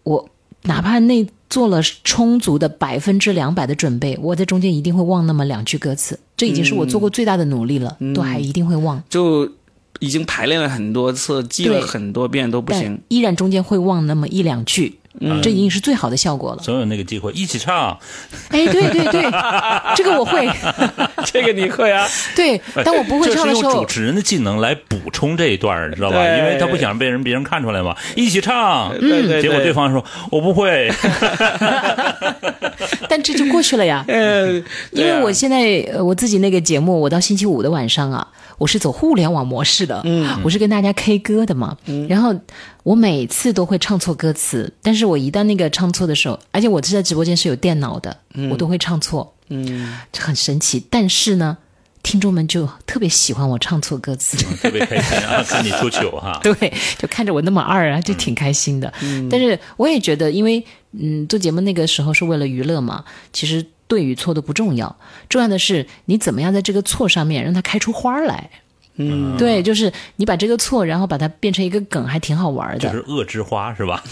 [SPEAKER 2] 我哪怕那做了充足的百分之两百的准备，我在中间一定会忘那么两句歌词，这已经是我做过最大的努力了，
[SPEAKER 1] 嗯
[SPEAKER 2] 都还一定会忘。
[SPEAKER 1] 就已经排练了很多次，记了
[SPEAKER 2] 对
[SPEAKER 1] 很多遍都不
[SPEAKER 2] 但
[SPEAKER 1] 行。 嗯
[SPEAKER 2] 依然中间会忘那么一两句，这已经是最好的效果了。
[SPEAKER 3] 总有那个机会一起唱。
[SPEAKER 2] 哎，对对 对，这个我会。
[SPEAKER 1] 这个你会啊？
[SPEAKER 2] 对，当我不会
[SPEAKER 3] 哎这
[SPEAKER 2] 唱的
[SPEAKER 3] 是用
[SPEAKER 2] 时
[SPEAKER 3] 主
[SPEAKER 2] 候，
[SPEAKER 3] 持人的技能来补充这一段儿，知道吧？
[SPEAKER 1] 对
[SPEAKER 3] 因为他不想被人别人看出来嘛。一起
[SPEAKER 2] 嗯
[SPEAKER 3] 唱，
[SPEAKER 1] 对对
[SPEAKER 3] 嗯结果对方说我不会，
[SPEAKER 2] 但这就过去了 呀。
[SPEAKER 3] 哎
[SPEAKER 1] 呃，
[SPEAKER 2] 因
[SPEAKER 1] 对啊
[SPEAKER 2] 为我现在呃我自己那个节目，我到星期五的晚上啊，我是走互联网模式的，
[SPEAKER 3] 嗯
[SPEAKER 2] 我是跟大家 K 歌的嘛，然后我每次都会唱错歌词，但是我一旦那个唱错的时候，而且我是在直播间是有电脑的，我都会唱错，
[SPEAKER 1] 嗯，
[SPEAKER 2] 这很神奇。但是呢，听众们就特别喜欢我唱错歌词，
[SPEAKER 3] 特别开心啊！ 看你出糗哈。
[SPEAKER 2] 对，就看着我那么二啊，就
[SPEAKER 3] 嗯
[SPEAKER 2] 挺开心的。但是我也觉得，因为嗯，做节目那个时候是为了娱乐嘛，其实对与错都不重要，重要的是你怎么样在这个错上面让它开出花儿来。嗯，对，就是你把这个错，然后把它变成一个梗，还挺好玩的。
[SPEAKER 3] 就是恶之花是吧？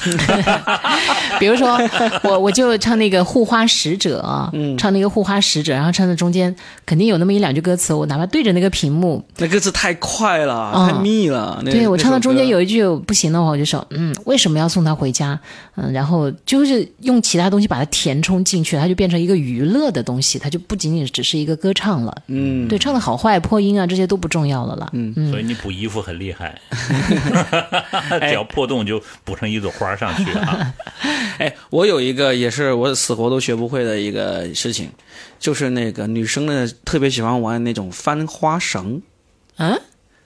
[SPEAKER 2] 比如说，我我就唱那个《护花使者》啊，
[SPEAKER 3] 嗯
[SPEAKER 2] 唱那个《护花使者》，然后唱到中间肯定有那么一两句歌词，我哪怕对着那个屏幕，
[SPEAKER 1] 那歌词太快了，
[SPEAKER 2] 嗯
[SPEAKER 1] 太密了。那
[SPEAKER 2] 对我唱到中间，
[SPEAKER 1] 那首歌
[SPEAKER 2] 有一句不行的话，我就说，嗯，为什么要送他回家？嗯，然后就是用其他东西把它填充进去，它就变成一个娱乐的东西，它就不仅仅只是一个歌唱了。嗯，对，唱的好坏、破音啊，这些都不重要了啦。嗯，
[SPEAKER 3] 所以你补衣服很厉害，只要破洞就补上一朵花上去啊！
[SPEAKER 1] 哎，我有一个也是我死活都学不会的一个事情，就是那个女生呢特别喜欢玩那种翻花绳，
[SPEAKER 2] 啊，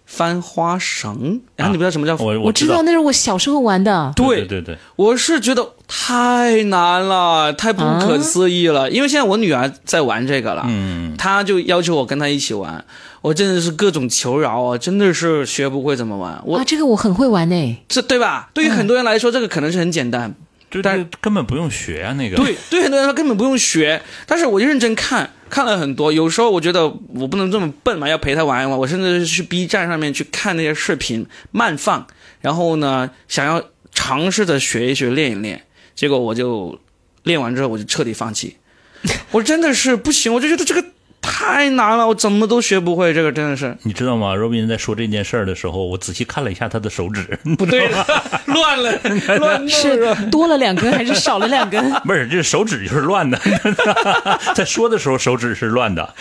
[SPEAKER 1] 翻花绳。然后你不知道什么叫？
[SPEAKER 3] 我
[SPEAKER 2] 我
[SPEAKER 3] 知
[SPEAKER 2] 知道那是我小时候玩的。
[SPEAKER 3] 啊哦对对对，
[SPEAKER 1] 我是觉得太难了，太不可思议
[SPEAKER 2] 啊
[SPEAKER 1] 了。因为现在我女儿在玩这个了，
[SPEAKER 3] 嗯，
[SPEAKER 1] 她就要求我跟她一起玩，我真的是各种求饶啊，真的是学不会怎么玩。我、
[SPEAKER 2] 啊，这个我很会玩呢、
[SPEAKER 1] 这对吧？对于很多人来说，这个可能是很简单，
[SPEAKER 3] 就
[SPEAKER 1] 但
[SPEAKER 3] 是根本不用学啊，那个
[SPEAKER 1] 对，对很多人说根本不用学，但是我就认真看，看了很多。有时候我觉得我不能这么笨嘛，要陪他玩一玩。我甚至去 B 站上面去看那些视频慢放，然后呢，想要尝试着学一学、练一练。结果我就练完之后，我就彻底放弃。我真的是不行，我就觉得这个太难了，我怎么都学不会。这个真的是
[SPEAKER 3] 你知道吗？若斌在说这件事儿的时候，我仔细看了一下他的手指，
[SPEAKER 1] 不对 了，乱了，乱弄了。
[SPEAKER 2] 是多了两根还是少了两根？
[SPEAKER 3] 不是，这手指就是乱的， 在说的时候手指是乱的，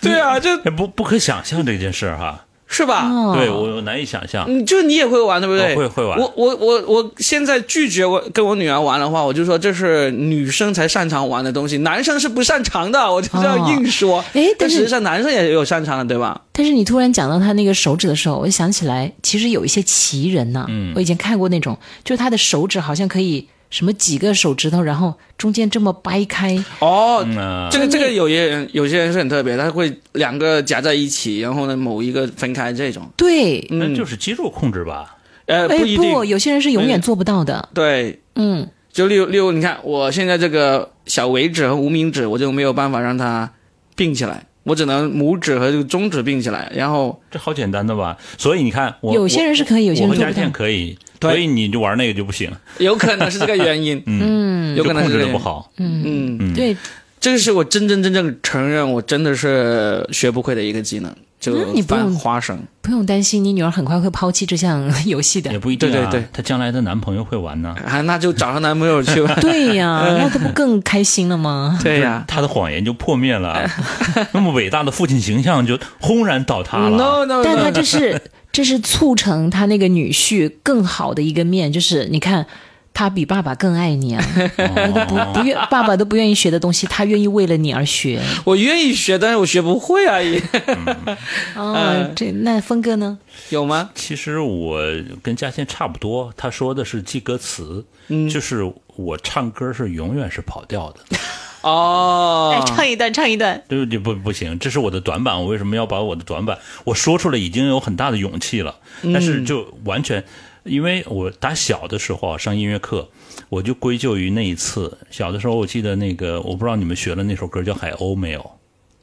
[SPEAKER 1] 对啊，这
[SPEAKER 3] 哎不不可想象这件事儿哈。
[SPEAKER 1] 是吧？
[SPEAKER 2] 哦
[SPEAKER 3] 对我我难以想象，
[SPEAKER 1] 嗯，就是你也会玩对不对？
[SPEAKER 3] 我哦会会玩
[SPEAKER 1] 我我我我现在拒绝我跟我女儿玩的话，我就说这是女生才擅长玩的东西，男生是不擅长的，我就这样硬说。
[SPEAKER 2] 哎但
[SPEAKER 1] 但
[SPEAKER 2] 是
[SPEAKER 1] 实际上男生也有擅长的，对吧？
[SPEAKER 2] 但是你突然讲到他那个手指的时候，我就想起来，其实有一些奇人呐、
[SPEAKER 1] 嗯
[SPEAKER 2] 我以前看过那种，就是他的手指好像可以什么几个手指头，然后中间这么掰开，
[SPEAKER 1] 哦，
[SPEAKER 3] 嗯啊
[SPEAKER 1] 这个这个有些人有些人是很特别，他会两个夹在一起，然后呢某一个分开这种。嗯
[SPEAKER 2] 对，
[SPEAKER 3] 嗯那就是肌肉控制吧。
[SPEAKER 1] 呃，
[SPEAKER 2] 哎
[SPEAKER 1] 不一定。哎
[SPEAKER 2] 有些人是永远做不到的，
[SPEAKER 1] 对，
[SPEAKER 2] 嗯，
[SPEAKER 1] 就例如例如你看我现在这个小尾指和无名指，我就没有办法让它并起来，我只能拇指和这个中指并起来，然后。
[SPEAKER 3] 这好简单的吧？所以你看，我
[SPEAKER 2] 有些人是可以，有些人
[SPEAKER 3] 我和
[SPEAKER 2] 做
[SPEAKER 3] 佳
[SPEAKER 2] 不
[SPEAKER 3] 倩
[SPEAKER 2] 到。
[SPEAKER 3] 可以，
[SPEAKER 1] 对
[SPEAKER 3] 所以你就玩那个就不行，
[SPEAKER 1] 有可能是这个原因，
[SPEAKER 2] 嗯，
[SPEAKER 1] 有可能
[SPEAKER 3] 控
[SPEAKER 1] 是这
[SPEAKER 3] 制
[SPEAKER 1] 个
[SPEAKER 3] 的
[SPEAKER 1] 原
[SPEAKER 3] 不
[SPEAKER 1] 因。
[SPEAKER 3] 好。
[SPEAKER 1] 嗯，
[SPEAKER 3] 嗯
[SPEAKER 2] 对，
[SPEAKER 1] 这个是我真真正正承认，我真的是学不会的一个技能，就
[SPEAKER 2] 嗯你不用
[SPEAKER 1] 翻花绳。
[SPEAKER 2] 不用担心，你女儿很快会抛弃这项 游戏
[SPEAKER 3] 也
[SPEAKER 2] 的。
[SPEAKER 3] 不一定、啊，
[SPEAKER 1] 对对对
[SPEAKER 3] 她将来她男朋友会玩呢。
[SPEAKER 1] 啊，那就找上男朋友去 吧。
[SPEAKER 2] 对呀、 那她不更开心了吗？
[SPEAKER 1] 对呀、
[SPEAKER 3] 她的谎言就破灭了，啊 那么伟大的父亲形象就轰然倒塌了。
[SPEAKER 1] No no
[SPEAKER 2] 但
[SPEAKER 3] 嗯
[SPEAKER 2] 她
[SPEAKER 1] no，
[SPEAKER 2] 这 是这是促成她那个女婿更好的一个面，就是你看。他比爸爸更爱你啊！不不愿爸爸都不愿意学的东西，他愿意为了你而学。
[SPEAKER 1] 我愿意学，但是我学不会啊而已。
[SPEAKER 2] 哦，这那峰哥呢？
[SPEAKER 1] 有吗？
[SPEAKER 3] 其实我跟嘉欣差不多，她说的是记歌词，
[SPEAKER 1] 嗯
[SPEAKER 3] 就是我唱歌是永远是跑调的，
[SPEAKER 1] 哦，
[SPEAKER 2] 一段，哎唱一段。
[SPEAKER 3] 对不对？不不行，这是我的短板，我为什么要把我的短板我说出来已经有很大的勇气了，但
[SPEAKER 2] 嗯
[SPEAKER 3] 是就完全，因为我打小的时候啊上音乐课，我就归咎于那一次。小的时候我记得那个，我不知道你们学了那首歌叫《海鸥》没有？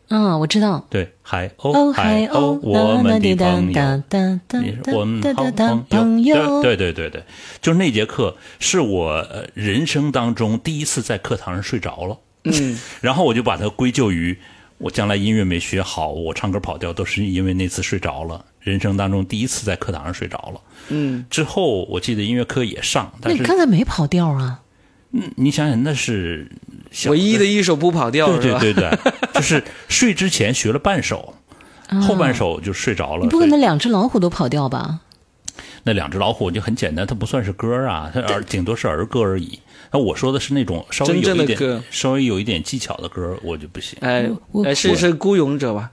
[SPEAKER 2] 嗯，我知道。
[SPEAKER 3] 对，海
[SPEAKER 2] 哦，
[SPEAKER 3] 鸥，
[SPEAKER 2] 海
[SPEAKER 3] 鸥
[SPEAKER 2] 鸥，，
[SPEAKER 3] 我们的朋友。
[SPEAKER 2] 哒哒哒
[SPEAKER 3] 你
[SPEAKER 2] 哒
[SPEAKER 3] 是我们
[SPEAKER 2] 哒哒
[SPEAKER 3] 好
[SPEAKER 2] 哒朋友，
[SPEAKER 3] 对对对对对，就是那节课是我呃人生当中第一次在课堂上睡着了，
[SPEAKER 1] 嗯，
[SPEAKER 3] 然后我就把它归咎于我将来音乐没学好，我唱歌跑调都是因为那次睡着了，人生当中第一次在课堂上睡着了。
[SPEAKER 1] 嗯，
[SPEAKER 3] 之后我记得音乐课也上，
[SPEAKER 2] 那
[SPEAKER 3] 但
[SPEAKER 2] 你
[SPEAKER 3] 是
[SPEAKER 2] 刚才没跑调啊？
[SPEAKER 3] 嗯，你想想那是小
[SPEAKER 1] 唯一的一首不跑调，
[SPEAKER 3] 对
[SPEAKER 1] 是吧？
[SPEAKER 3] 对对对，就是睡之前学了半首，后半首就睡着了。
[SPEAKER 2] 你不可能两只老虎都跑调吧？
[SPEAKER 3] 那两只老虎就很简单，它不算是歌啊，它儿顶多是儿歌而已。那我说的是那种稍微有
[SPEAKER 1] 真
[SPEAKER 3] 一
[SPEAKER 1] 正的歌。
[SPEAKER 3] 点稍微有一点技巧的歌，我就不行
[SPEAKER 1] 哎
[SPEAKER 2] 我，
[SPEAKER 1] 哎是是孤勇者 吧？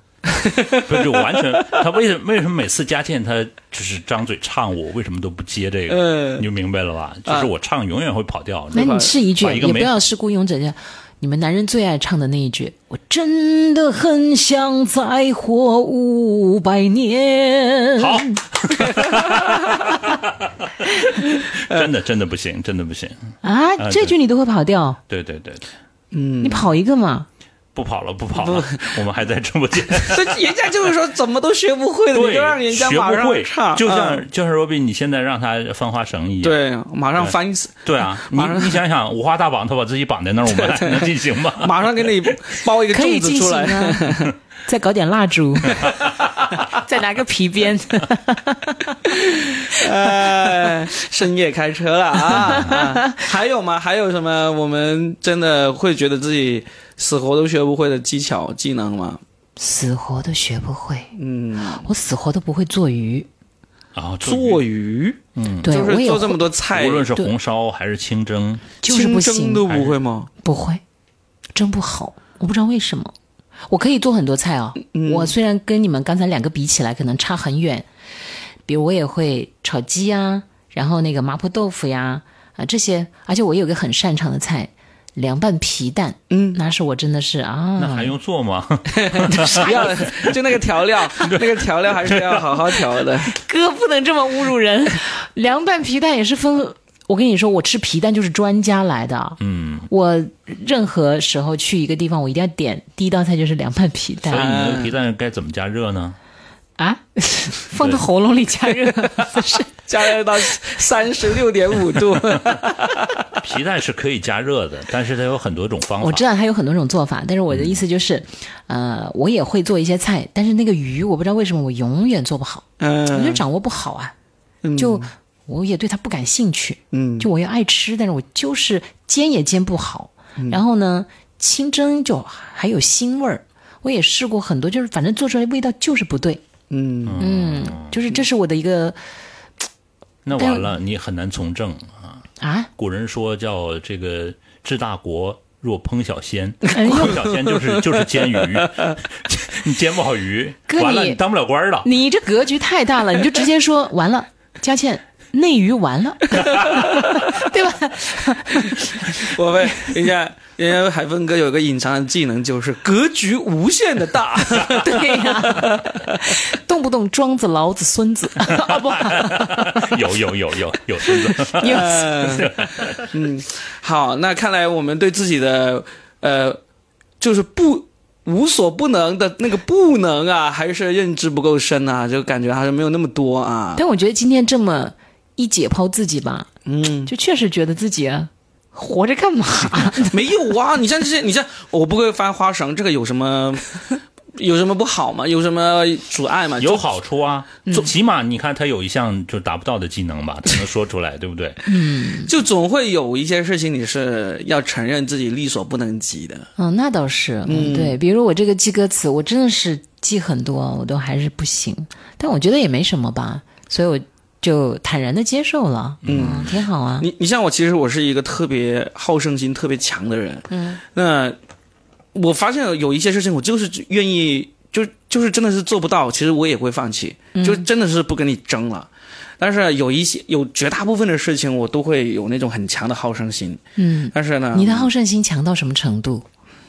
[SPEAKER 3] 不是完全，他为什么为什么每次佳倩她就是张嘴唱我，为什么都不接这个？
[SPEAKER 1] 嗯啊
[SPEAKER 3] 你就明白了吧？就是我唱永远会跑调。
[SPEAKER 2] 那你
[SPEAKER 1] 把
[SPEAKER 2] 试一句，
[SPEAKER 3] 把一个
[SPEAKER 2] 也不
[SPEAKER 3] 美
[SPEAKER 2] 要是《孤勇者》这样，你们男人最爱唱的那一句，我真的很想再活五百年。
[SPEAKER 3] 好， 真的真的不行，真的不行。
[SPEAKER 2] 啊，这句你都会跑调，
[SPEAKER 3] 对对对，对
[SPEAKER 1] 嗯
[SPEAKER 2] 你跑一个嘛？
[SPEAKER 3] 不跑了不跑了，我们还在直 播间。
[SPEAKER 1] 所以人家就是说怎么都学不会的，
[SPEAKER 3] 对，
[SPEAKER 1] 你就让人家
[SPEAKER 3] 学
[SPEAKER 1] 马
[SPEAKER 3] 不
[SPEAKER 1] 上
[SPEAKER 3] 会
[SPEAKER 1] 唱，，
[SPEAKER 3] 就像、
[SPEAKER 1] 嗯
[SPEAKER 3] 就像罗宾，你现在让他翻花绳一样。
[SPEAKER 1] 对，马上翻一次，
[SPEAKER 3] 对啊，你
[SPEAKER 1] 马上
[SPEAKER 3] 你想想，五花大绑，他把自己绑在那儿，我们还能进行吗？
[SPEAKER 1] 马上给你包一个
[SPEAKER 2] 可以
[SPEAKER 1] 粽
[SPEAKER 2] 进
[SPEAKER 1] 子出来。
[SPEAKER 2] 行啊， 再搞点蜡 烛，再拿个皮鞭，
[SPEAKER 1] 呃，深夜开车了啊 啊！还有吗？还有什么？我们真的会觉得自己死活都学不会的技巧技能吗？
[SPEAKER 2] 死活都学不会。
[SPEAKER 1] 嗯，
[SPEAKER 2] 我死活都不会做鱼，
[SPEAKER 3] 啊，
[SPEAKER 1] 做鱼
[SPEAKER 3] 嗯
[SPEAKER 2] 对
[SPEAKER 1] 就
[SPEAKER 2] 我
[SPEAKER 1] 是
[SPEAKER 2] 也
[SPEAKER 1] 做这么
[SPEAKER 2] 会
[SPEAKER 1] 多菜
[SPEAKER 3] 无，论是红烧还是清蒸，
[SPEAKER 2] 就是不
[SPEAKER 1] 清蒸
[SPEAKER 2] 行，
[SPEAKER 1] 都不会吗？
[SPEAKER 2] 不会，蒸不好，我不知道为什么。我可以做很多菜哦，我虽然跟你们刚才两个比起来可能差很远，比如我也会炒鸡呀，然后那个麻婆豆腐呀啊这些，而且我有一个很擅长的菜，凉拌皮蛋，嗯，那是我真的是
[SPEAKER 3] 那
[SPEAKER 2] 啊，
[SPEAKER 3] 还用做吗？
[SPEAKER 1] 要就那个调 料，那个调料还是要好好调的。
[SPEAKER 2] 哥不能这么侮辱人， 凉拌皮蛋也是分。我跟你说，我吃皮蛋就是专家来的，
[SPEAKER 3] 嗯，
[SPEAKER 2] 我任何时候去一个地方，我一定要点第一道菜就是凉拌皮
[SPEAKER 3] 所以
[SPEAKER 2] 蛋
[SPEAKER 3] 你那个皮蛋该怎么加热呢？
[SPEAKER 2] 啊， 放到喉咙里加热，不是
[SPEAKER 1] 加热到三十六点五 度，
[SPEAKER 3] 皮蛋是可以加热的，但是它有很多种方法。
[SPEAKER 2] 我知道它有很多种做法，但是我的意思就是，呃，我也会做一些菜，但是那个鱼我不知道为什么我永远做不好，我就
[SPEAKER 1] 嗯，
[SPEAKER 2] 掌握不好啊，就我也对它不感兴趣，
[SPEAKER 1] 嗯
[SPEAKER 2] 就我也爱吃，但是我就是煎也煎不好，然后呢，清蒸就还有腥味儿，我也试过很多，就是反正做出来味道就是不对，
[SPEAKER 1] 嗯，
[SPEAKER 2] 嗯，就是这是我的一个
[SPEAKER 3] 那完了，你很难从政。
[SPEAKER 2] 啊，
[SPEAKER 3] 古人说叫这个治大国若烹小鲜，
[SPEAKER 2] 哎呦
[SPEAKER 3] 烹小鲜 就是就是煎鱼，你煎不好鱼，
[SPEAKER 2] 哥
[SPEAKER 3] 完了
[SPEAKER 2] 你
[SPEAKER 3] 你当不了官儿了。
[SPEAKER 2] 你这格局太大了，你就直接说完 了，佳倩内娱完 了，对吧？
[SPEAKER 1] 我们人家人家海峰哥有个隐藏的技能，就是格局无限的 大。
[SPEAKER 2] 对呀、动不动庄子、老子、孙 子啊不，
[SPEAKER 3] 有有有有有孙子，
[SPEAKER 2] 你有
[SPEAKER 1] 嗯， 嗯，好，那看来我们对自己的呃，就是不无所不能的那个不能啊，还是认知不够深啊，就感觉还是没有那么多啊。
[SPEAKER 2] 但我觉得今天这么一解剖自己吧，
[SPEAKER 1] 嗯，
[SPEAKER 2] 就确实觉得自己啊活着干嘛？
[SPEAKER 1] 没有啊，你像这些，你像我不会翻花绳，这个有什么有什么不好吗？有什么阻碍吗？
[SPEAKER 3] 有好处啊。
[SPEAKER 2] 嗯
[SPEAKER 3] 起码你看他有一项就达不到的技能吧，才能说出来，对不对？
[SPEAKER 1] 就总会有一些事情你是要承认自己力所不能及的。
[SPEAKER 2] 嗯，那倒是，嗯，对，比如我这个记歌词，我真的是记很多，我都还是不行，但我觉得也没什么吧，所以我就坦然的接受了，嗯，挺好啊。
[SPEAKER 1] 你你像我，其实我是一个特别好胜心特别强的人。嗯，那我发现有一些事情，我就是愿意，就就是真的是做不到，其实我也会放弃，
[SPEAKER 2] 嗯
[SPEAKER 1] 就真的是不跟你争了。但是有一些有绝大部分的事情，我都会有那种很强的好胜心。
[SPEAKER 2] 嗯，
[SPEAKER 1] 但是呢，
[SPEAKER 2] 你的好胜心强到什么程度？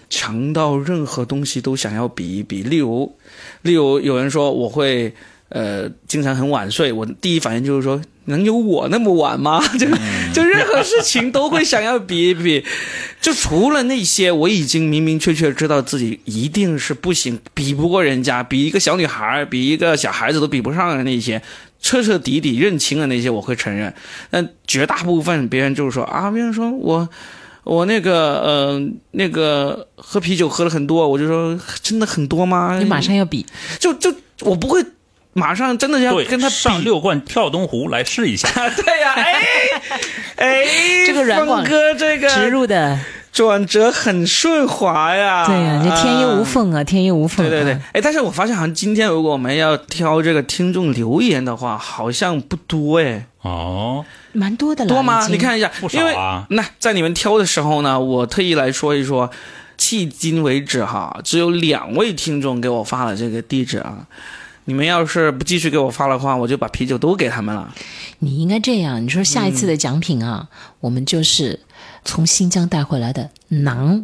[SPEAKER 1] 强到任何东西都想要比一比。例如，例如有人说我会呃经常很晚睡，我第一反应就是说能有我那么晚吗？ 就就任何事情都会想要比一比。就除了那些我已经明明确确知道自己一定是不行，比不过人家，比一个小女孩儿、比一个小孩子都比不上的那些。彻彻底底认清的那些，我会承认。但绝大部分别人就是说啊，别人说我我那个呃那个喝啤酒喝了很多，我就说真的很多吗？
[SPEAKER 2] 你马上要比，
[SPEAKER 1] 就就我不会马上真的要
[SPEAKER 3] 对，
[SPEAKER 1] 跟他
[SPEAKER 3] 上
[SPEAKER 1] 比。
[SPEAKER 3] 六罐跳东湖来试一下，
[SPEAKER 1] 对呀、哎，哎，
[SPEAKER 2] 这个软
[SPEAKER 1] 峰
[SPEAKER 2] 广
[SPEAKER 1] 哥这个
[SPEAKER 2] 植入的，
[SPEAKER 1] 转折很顺滑呀，
[SPEAKER 2] 对呀、这天衣无缝啊，天衣无缝、
[SPEAKER 1] 啊对对对，，哎，但是我发现好像今天如果我们要挑这个听众留言的话，好像不多哎，
[SPEAKER 3] 哦，
[SPEAKER 2] 蛮多的了，
[SPEAKER 1] 多吗
[SPEAKER 2] 已？经
[SPEAKER 1] 你，看一下，
[SPEAKER 3] 不少
[SPEAKER 1] 因为
[SPEAKER 3] 啊
[SPEAKER 1] 那在你们挑的时候呢，我特意来说一说，迄今为止哈，只有两位听众给我发了这个地址啊。你们要是不继续给我发的话，我就把啤酒都给他们了。
[SPEAKER 2] 你应该这样，你说下一次的奖品啊，我们就是从新疆带回来的馕，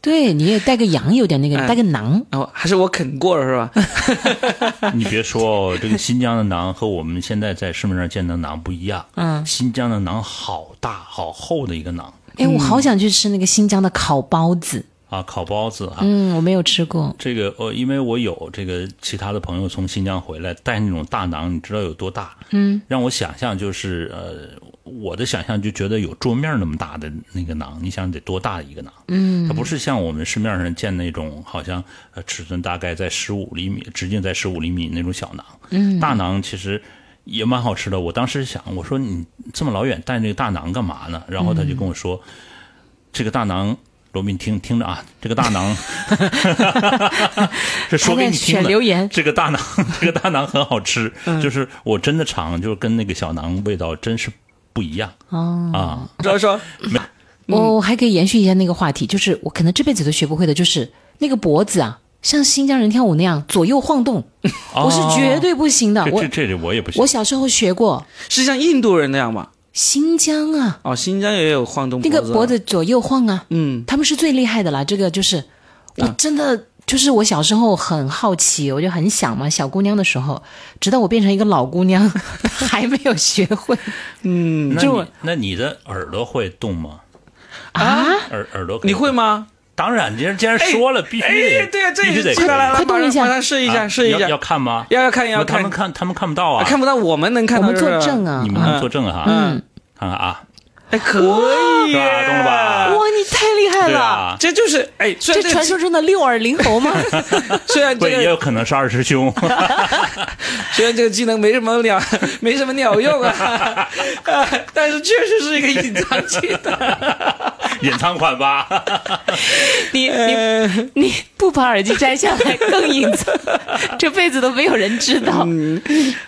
[SPEAKER 2] 对，你也带个羊，有点那个，带个馕，
[SPEAKER 1] 然后哦还是我啃过了是吧？
[SPEAKER 3] 你别说哦，这个新疆的馕和我们现在在市面上见的馕不一样。
[SPEAKER 2] 嗯，
[SPEAKER 3] 新疆的馕好大好厚的一个馕
[SPEAKER 2] 哎，我好想去吃那个新疆的烤包子，
[SPEAKER 3] 啊，烤包子啊。
[SPEAKER 2] 嗯，我没有吃过，
[SPEAKER 3] 这个呃，因为我有这个其他的朋友从新疆回来带那种大馕，你知道有多大？嗯，让我想象就是呃，我的想象就觉得有桌面那么大的那个馕，你想得多大的一个馕？嗯，它不是像我们市面上见那种好像呃尺寸大概在十五厘米，直径在十五厘米那种小馕。嗯，大馕其实。也蛮好吃的，我当时想，我说你这么老远带那个大馕干嘛呢？然后他就跟我说，这个大馕，罗宾听听着啊，这个大 馕是说给你听
[SPEAKER 2] 他在选
[SPEAKER 3] 的。
[SPEAKER 2] 留言
[SPEAKER 3] 这个 大馕，这个大馕很好吃，
[SPEAKER 1] 嗯
[SPEAKER 3] 就是我真的尝，就是跟那个小馕味道真是不一样
[SPEAKER 1] 嗯
[SPEAKER 2] 哦。
[SPEAKER 3] 啊。
[SPEAKER 1] 所以说，
[SPEAKER 2] 我哦还可以延续一下那个话题，就是我可能这辈子都学不会的，就是那个脖子啊，像新疆人跳舞那样左右晃动，我是绝对不行的。
[SPEAKER 1] 啊
[SPEAKER 3] 这
[SPEAKER 2] 我
[SPEAKER 3] 这这这我也不行
[SPEAKER 2] 我，小时候学过
[SPEAKER 1] 是像印度人那样吧？
[SPEAKER 2] 新疆啊，
[SPEAKER 1] 哦，新疆也有晃动
[SPEAKER 2] 那
[SPEAKER 1] 脖子
[SPEAKER 2] 个
[SPEAKER 1] 的，
[SPEAKER 2] 脖子左右晃啊，
[SPEAKER 1] 嗯，
[SPEAKER 2] 他们是最厉害的啦。这个就是我真的。就是我小时候很好奇，我就很想嘛，小姑娘的时候，直到我变成一个老姑娘， 还没有学 会
[SPEAKER 3] 那
[SPEAKER 2] 就
[SPEAKER 3] 你
[SPEAKER 2] 我
[SPEAKER 3] 那你的耳朵会动吗？
[SPEAKER 2] 啊！
[SPEAKER 3] 耳耳朵可以
[SPEAKER 1] 你会吗？
[SPEAKER 3] 当然，既然既然说了，必须
[SPEAKER 1] 哎
[SPEAKER 3] 得，，
[SPEAKER 1] 对啊，这
[SPEAKER 3] 必须
[SPEAKER 1] 也
[SPEAKER 3] 得
[SPEAKER 1] 是来来来，
[SPEAKER 2] 快动
[SPEAKER 1] 马上
[SPEAKER 2] 一下
[SPEAKER 1] 马上试一下，
[SPEAKER 3] 啊
[SPEAKER 1] 试一
[SPEAKER 3] 要
[SPEAKER 1] 下，
[SPEAKER 3] 要看吗？
[SPEAKER 1] 要要看要
[SPEAKER 3] 他
[SPEAKER 1] 看
[SPEAKER 3] 们，看他们看不到啊
[SPEAKER 1] 啊，看不到我们能看
[SPEAKER 2] 我
[SPEAKER 1] 到，
[SPEAKER 2] 们
[SPEAKER 1] 是不
[SPEAKER 2] 作
[SPEAKER 1] 是
[SPEAKER 2] 证，啊，
[SPEAKER 3] 你们能作证哈？
[SPEAKER 2] 嗯，
[SPEAKER 3] 看看啊，
[SPEAKER 1] 哎，可以
[SPEAKER 3] 是吧
[SPEAKER 1] 耶，
[SPEAKER 3] 中了吧
[SPEAKER 2] 哇，你太厉害
[SPEAKER 3] 对
[SPEAKER 2] 了！
[SPEAKER 3] 啊，
[SPEAKER 1] 这就是哎，虽然
[SPEAKER 2] 这
[SPEAKER 1] 这
[SPEAKER 2] 传
[SPEAKER 1] 个
[SPEAKER 2] 说中的六耳猕猴吗？
[SPEAKER 1] 虽然
[SPEAKER 3] 对，
[SPEAKER 1] 这
[SPEAKER 3] 也
[SPEAKER 1] 个
[SPEAKER 3] 有可能是二师兄。
[SPEAKER 1] 虽然这个技能没什么鸟没什么鸟用啊， 啊但是确实是一个隐藏技能。
[SPEAKER 3] 隐藏款 吧，
[SPEAKER 2] 你你
[SPEAKER 1] 呃
[SPEAKER 2] 你不把耳机摘下来更隐藏，这辈子都没有人知道。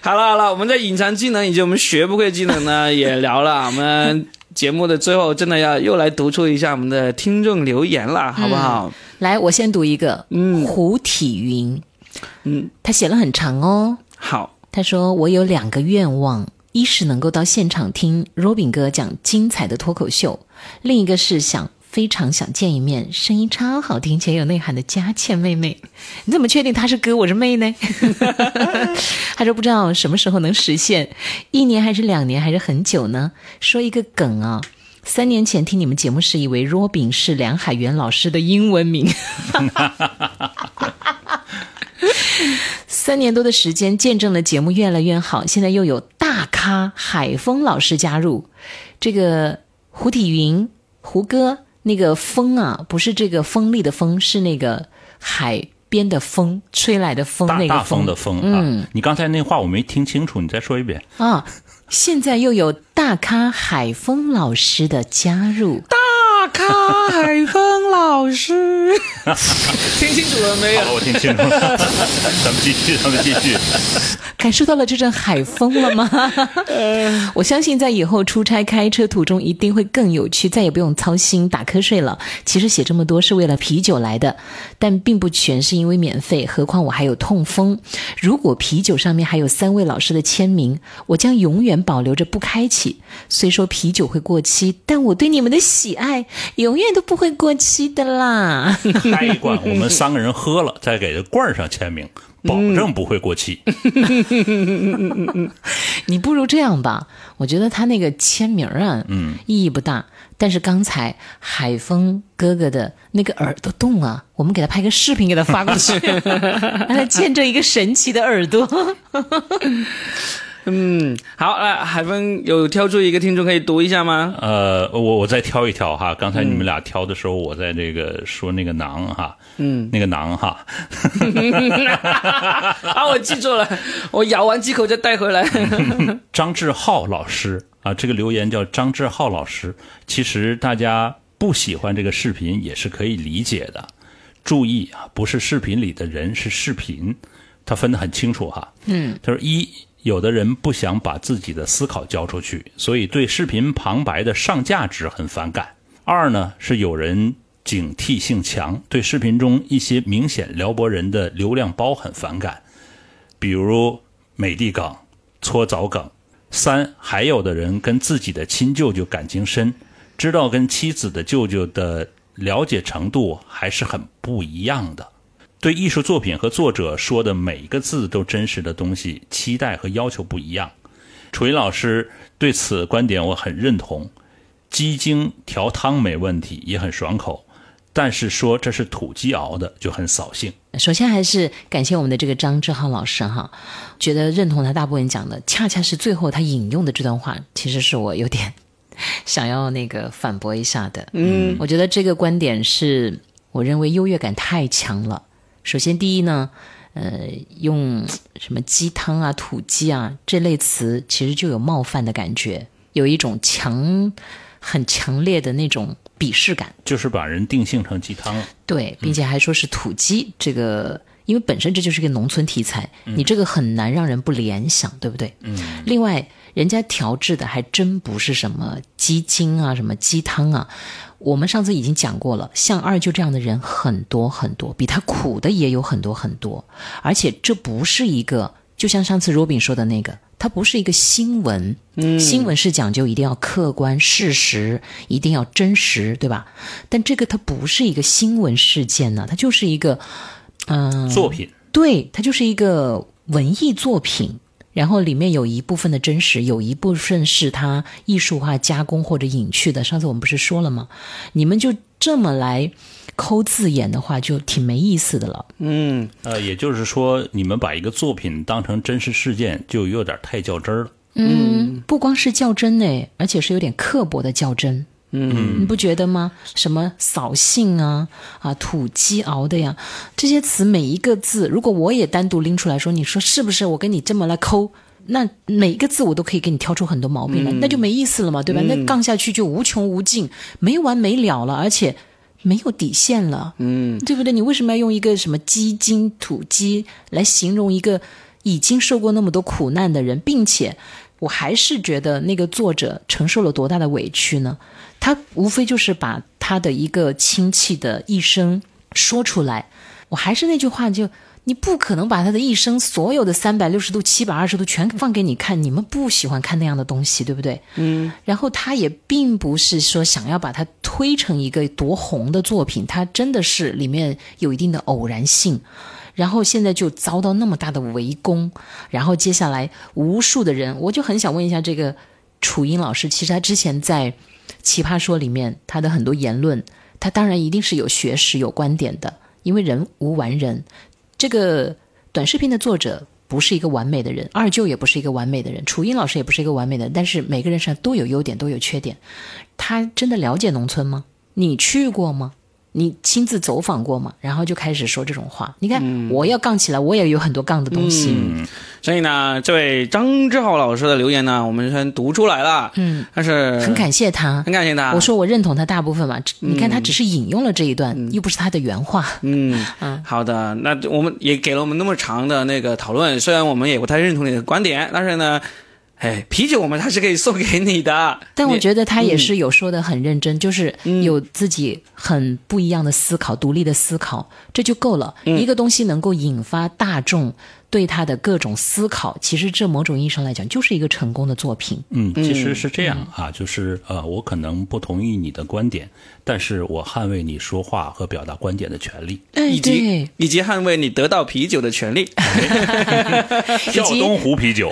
[SPEAKER 1] 好了好了，我们这隐藏技能以及我们学不会技能呢也聊了，我们节目的最后真的要又来读出一下我们的听众留言了，好不
[SPEAKER 2] 嗯
[SPEAKER 1] 好？
[SPEAKER 2] 来，我先读一个，胡体云，嗯，他写了很长哦。
[SPEAKER 1] 好，
[SPEAKER 2] 他说：“我有两个愿望，一是能够到现场听 Robin 哥讲精彩的脱口秀，另一个是想非常想见一面声音超好听且有内涵的佳倩妹妹。你怎么确定她是哥，我是妹呢？”他说：“不知道什么时候能实现，一年还是两年还是很久呢？”说一个梗啊。三年前听你们节目时，以为 Robin 是梁海源老师的英文名。三年多的时间，见证了节目越来越好。现在又有大咖海峰老师加入，这个胡体云、胡歌那个风啊，不是这个锋利的风，是那个海边的风吹来的风，嗯
[SPEAKER 3] 大
[SPEAKER 2] 那
[SPEAKER 3] 大
[SPEAKER 2] 个
[SPEAKER 3] 风的风
[SPEAKER 1] 嗯
[SPEAKER 3] 啊！你刚才那话我没听清楚，你再说一遍。
[SPEAKER 2] 啊。现在又有大咖海峰老师的加入，
[SPEAKER 1] 大咖海峰老师，听清楚了没有
[SPEAKER 3] 好？了，我听清楚了， 咱们继续，咱们继续。
[SPEAKER 2] 感受到了这阵海风了吗？我相信在以后出差开车途中一定会更有趣，再也不用操心打瞌睡了。其实写这么多是为了啤酒来的，但并不全是因为免费，何况我还有痛风。如果啤酒上面还有三位老师的签名，我将永远保留着不开启。虽说啤酒会过期，但我对你们的喜爱永远都不会过期的啦。
[SPEAKER 3] 开一罐，我们三个人喝了，再给这罐上签名，保证不会过期。
[SPEAKER 2] 你不如这样吧，我觉得他那个签名儿啊，嗯，意义不大。但是刚才海峰哥哥的那个耳朵洞啊，我们给他拍个视频，给他发过去， 让他见证一个神奇的耳朵。
[SPEAKER 1] 嗯，好，来，海峰有挑出一个听众可以读一下吗？
[SPEAKER 3] 呃，我我再挑一挑哈，刚才你们俩挑的时候，我在这个说那个馕哈，嗯，那个馕哈，
[SPEAKER 2] 嗯
[SPEAKER 1] 啊，我记住了，我咬完几口再带回来。
[SPEAKER 3] 张志浩老师啊，这个留言叫张志浩老师。其实大家不喜欢这个视频也是可以理解的。注意啊，不是视频里的人，是视频，他分得很清楚哈。嗯，他说一，有的人不想把自己的思考交出去，所以对视频旁白的上价值很反感。二呢，是有人警惕性强，对视频中一些明显撩拨人的流量包很反感。比如美的梗、搓澡梗。三，还有的人跟自己的亲舅舅感情深，知道跟妻子的舅舅的了解程度还是很不一样的。对艺术作品和作者说的每一个字都真实的东西，期待和要求不一样。楚云老师对此观点我很认同，鸡精调汤没问题，也很爽口，但是说这是土鸡熬的就很扫兴。
[SPEAKER 2] 首先还是感谢我们的这个张志浩老师哈，觉得认同他大部分讲的，恰恰是最后他引用的这段话，其实是我有点 想要那个反驳一下的。嗯，我觉得这个观点是我认为优越感太强了。首先第一呢，呃，用什么鸡汤啊、土鸡啊这类词，其实就有冒犯的感觉，有一种强、很强烈的那种鄙视感。
[SPEAKER 3] 就是把人定性成鸡汤了。
[SPEAKER 2] 对，并且还说是土鸡、这个，因为本身这就是一个农村题材，你这个很难让人不联想，对不对？嗯。另外，人家调制的还真不是什么鸡精啊，什么鸡汤啊。我们上次已经讲过了，像二舅这样的人很多很多，比他苦的也有很多很多，而且这不是一个，就像上次 Robin 说的那个，它不是一个新闻，嗯，新闻是讲究一定要客观事实，一定要真实，对吧？但这个它不是一个新闻事件呢、它就是一个，嗯、
[SPEAKER 3] 作品
[SPEAKER 2] 对，它就是一个文艺作品，然后里面有一部分的真实，有一部分是它艺术化加工或者隐去的。上次我们不是说了吗？你们就这么来抠字眼的话，就挺没意思的了。
[SPEAKER 1] 嗯，
[SPEAKER 3] 呃，也就是说，你们把一个作品当成真实事件，就有点太较真儿了。
[SPEAKER 2] 嗯，不光是较真呢，而且是有点刻薄的较真。嗯，你不觉得吗？什么扫兴啊啊，土鸡熬的呀，这些词每一个字，如果我也单独拎出来说，你说是不是？我跟你这么来抠，那每一个字我都可以给你挑出很多毛病来，那就没意思了嘛，对吧？那杠下去就无穷无尽，没完没了了，而且没有底线了。对不对？你为什么要用一个什么鸡精土鸡来形容一个已经受过那么多苦难的人，并且我还是觉得那个作者承受了多大的委屈呢？他无非就是把他的一个亲戚的一生说出来。我还是那句话，就你不可能把他的一生所有的三百六十度、七百二十度全放给你看，你们不喜欢看那样的东西，对不对？然后他也并不是说想要把它推成一个多红的作品，它真的是里面有一定的偶然性。然后现在就遭到那么大的围攻，然后接下来无数的人，我就很想问一下这个楚英老师，其实他之前在《奇葩说》里面他的很多言论，他当然一定是有学识、有观点的，因为人无完人。这个短视频的作者不是一个完美的人，二舅也不是一个完美的人，楚英老师也不是一个完美的人，但是每个人身上都有优点，都有缺点。他真的了解农村吗？你去过吗？你亲自走访过吗？然后就开始说这种话。你看，我要杠起来，我也有很多杠的东西。
[SPEAKER 1] 所以呢，这位张志浩老师的留言呢，我们先读出来了，
[SPEAKER 2] 嗯，
[SPEAKER 1] 但是
[SPEAKER 2] 很感谢他。
[SPEAKER 1] 很感谢他。
[SPEAKER 2] 我，说我认同他大部分嘛，这你看他只是引用了这一段，又不是他的原话。
[SPEAKER 1] 嗯，好的，那我们也给了我们那么长的那个讨论，虽然我们也不太认同你的观点，但是呢，哎，啤酒我们还是可以送给你的。
[SPEAKER 2] 但我
[SPEAKER 1] 你
[SPEAKER 2] 觉得他也是有说的很认真，就是有自己很不一样的思考、独立的思考，这就够了。一个东西能够引发大众对他的各种思考，其实这某种意义上来讲就是一个成功的作品。
[SPEAKER 3] 嗯，其实是这样
[SPEAKER 1] 嗯
[SPEAKER 3] 啊，就是呃，我可能不同意你的观点，但是我捍卫你说话和表达观点的权利。
[SPEAKER 2] 哎
[SPEAKER 1] 以，及
[SPEAKER 2] 对，
[SPEAKER 1] 以及捍卫你得到啤酒的权利。
[SPEAKER 3] 耀 东湖 啤酒，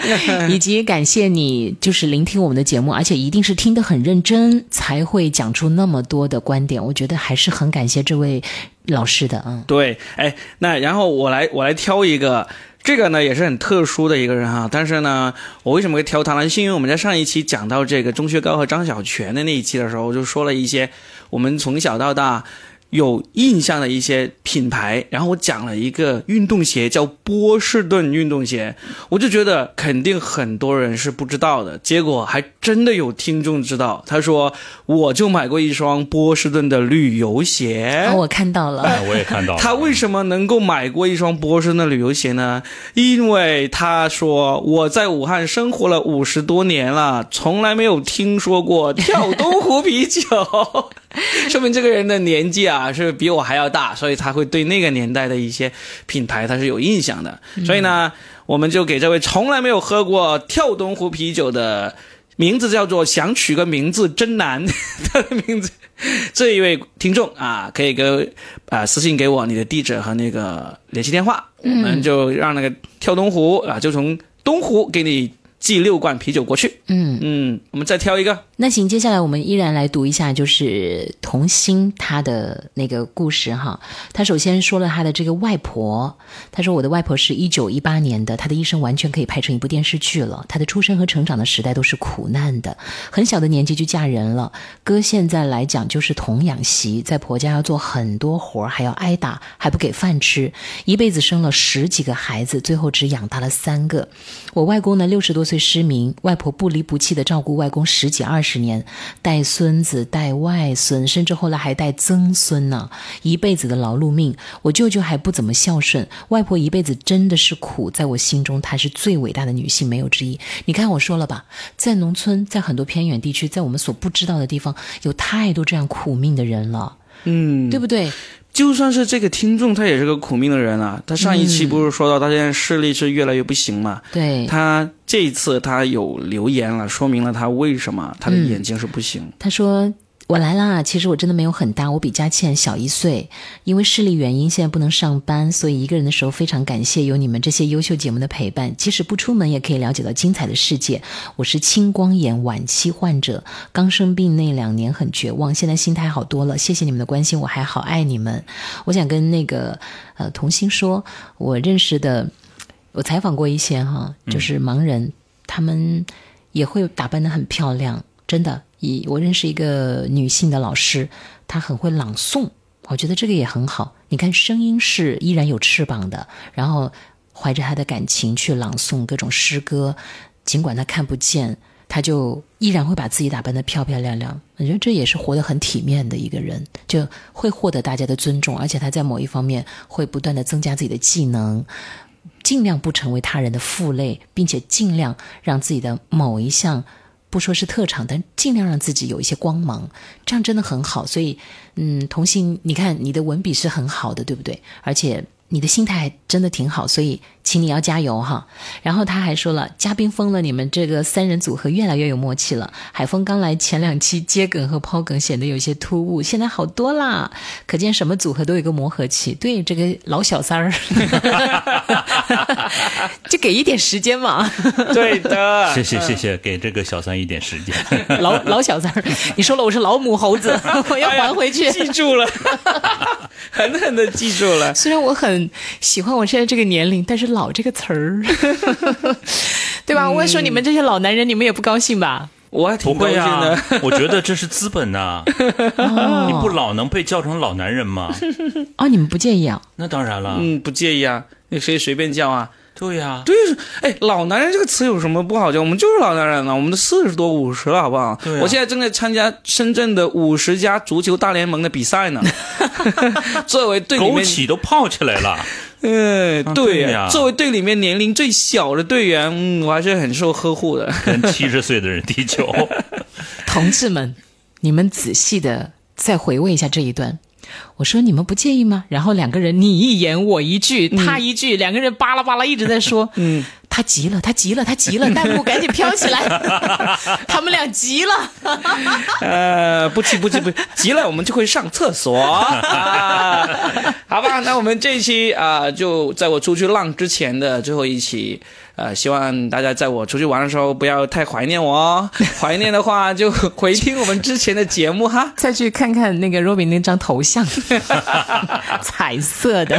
[SPEAKER 2] 以及感谢你就是聆听我们的节目，而且一定是听得很认真，才会讲出那么多的观点。我觉得还是很感谢这位老师的啊。
[SPEAKER 1] 对，哎，那然后我来我来挑一个，这个呢也是很特殊的一个人哈，但是呢，我为什么会挑他呢？是因为我们在上一期讲到这个钟薛高和张小泉的那一期的时候，我就说了一些我们从小到大。有印象的一些品牌，然后我讲了一个运动鞋叫波士顿运动鞋，我就觉得肯定很多人是不知道的，结果还真的有听众知道，他说我就买过一双波士顿的旅游鞋。
[SPEAKER 2] 啊，我看到了，
[SPEAKER 3] 哎我也看到了。
[SPEAKER 1] 他为什么能够买过一双波士顿的旅游鞋呢？因为他说我在武汉生活了五十多年了，从来没有听说过跳东湖啤 酒，说明这个人的年纪啊是比我还要大，所以他会对那个年代的一些品牌他是有印象的。
[SPEAKER 3] 嗯
[SPEAKER 1] 所以呢，我们就给这位从来没有喝过跳东湖啤酒的。名字叫做想取个名字真 难，他的名字这一位听众啊，可以给啊、私信给我你的地址和那个联系电话，
[SPEAKER 3] 嗯
[SPEAKER 1] 我们就让那个跳东湖啊，就从东湖给你寄六罐啤酒过去。
[SPEAKER 2] 嗯，
[SPEAKER 1] 嗯，我们再挑一个，
[SPEAKER 2] 那行，接下来我们依然来读一下，就是童星他的那个故事哈。他首先说了他的这个外婆，他说我的外婆是一九一八年的，她的一生完全可以拍成一部电视剧了。她的出生和成长的时代都是苦难的，很小的年纪就嫁人了。搁现在来讲就是童养媳，在婆家要做很多活儿，还要挨打，还不给饭吃，一辈子生了十几个孩子，最后只养大了三个。我外公呢，六十多岁失明，外婆不离不弃的照顾外公十几二十年，带孙子、带外孙，甚至后来还带曾孙呢、一辈子的劳碌命。我舅舅还不怎么孝顺，外婆一辈子真的是苦，在我心中她是最伟大的女性，没有之一。你看我说了吧，在农村，在很多偏远地区，在我们所不知道的地方，有太多这样苦命的人了，
[SPEAKER 1] 嗯，
[SPEAKER 2] 对不对？
[SPEAKER 1] 就算是这个听众，他也是个苦命的人啊。他上一
[SPEAKER 3] 嗯
[SPEAKER 1] 期不是说到他现在视力是越来越不行嘛？
[SPEAKER 2] 对。
[SPEAKER 1] 他这一次他有留言了，说明了他为什么他的
[SPEAKER 2] 嗯
[SPEAKER 1] 眼睛是不 行。
[SPEAKER 2] 他说。我来啦！其实我真的没有很大，我比佳倩小一岁。因为视力原因，现在不能上班，所以一个人的时候非常感谢有你们这些优秀节目的陪伴。即使不出门，也可以了解到精彩的世界。我是青光眼晚期患者，刚生病那两年很绝望，现在心态好多了。谢谢你们的关心，我还好爱你们。我想跟那个呃童星说，我认识的，我采访过一些哈，就是盲人，他们也会打扮得很漂亮，真的。以我认识一个女性的老师，她很会朗诵，我觉得这个也很好。你看，声音是依然有翅膀的，然后怀着她的感情去朗诵各种诗歌，尽管她看不见，她就依然会把自己打扮得漂漂亮亮。我觉得这也是活得很体面的一个人，就会获得大家的尊重，而且她在某一方面会不断的增加自己的技能，尽量不成为他人的负累，并且尽量让自己的某一项，不说是特长，但尽量让自己有一些光芒，这样真的很好。所以，嗯，童心，你看你的文笔是很好的，对不对？而且你的心态真的挺好，所以请你要加油哈。然后他还说了，嘉宾疯了，你们这个三人组合越来越有默契了。海峰刚来前两期接梗和抛梗显得有些突兀，现在好多啦，可见什么组合都有一个磨合期。对，这个老小三儿。 就给一点时间嘛，
[SPEAKER 1] 对的，
[SPEAKER 3] 啊谢谢谢谢，给这个小三一点时间。
[SPEAKER 2] 老老小三儿，你说了我是老母猴子，我要还回去
[SPEAKER 1] 哎呀。记住了， 狠狠的记住了。
[SPEAKER 2] 虽然我很喜欢我现在这个年龄，但是“老”这个词儿， 对
[SPEAKER 3] 嗯
[SPEAKER 2] 吧？我说你们这些老男人，你们也不高兴吧？
[SPEAKER 1] 我还
[SPEAKER 3] 不
[SPEAKER 1] 挺高
[SPEAKER 3] 会
[SPEAKER 1] 兴的嗯
[SPEAKER 3] 啊。， 我觉得这是资本呐、哦 你不老能被叫成老男人吗？
[SPEAKER 2] 哦，你们不介意啊？
[SPEAKER 3] 那当然了，
[SPEAKER 1] 嗯，不介意啊，你可以随便叫啊。
[SPEAKER 3] 对呀、
[SPEAKER 1] 对，哎，老男人这个词有什么不好叫？我们就是老男人了，我们都四十多五十了，好不好？
[SPEAKER 3] 对啊
[SPEAKER 1] 我现在正在参加深圳的五十家足球大联盟的比赛 呢，作为队里
[SPEAKER 3] 枸
[SPEAKER 1] 面，
[SPEAKER 3] 杞都泡起来 了。
[SPEAKER 1] 嗯、
[SPEAKER 3] 啊
[SPEAKER 1] 对
[SPEAKER 3] 对呀
[SPEAKER 1] 作为队里面年龄最小的队员，嗯，我还是很受呵护的。
[SPEAKER 3] 跟七十岁的人踢球，
[SPEAKER 2] 同志们，你们仔细的再回味一下这一段。我说你们不介意吗？然后两个人你一言我一句，他一句，两个人巴拉巴拉一直在说。 嗯，他急了，他急了，他急了，弹幕赶紧飘 起来，他们俩急了。
[SPEAKER 1] 呃，不急不急不急急了，我们就会上厕所。啊、好吧，那我们这一期啊、就在我出去浪之前的最后一期。呃，希望大家在我出去玩的时候不要太怀念我哦，怀念的话就回听我们之前的节目 哈。
[SPEAKER 2] 再去看看那个 Robin 那张头像， 彩色 的。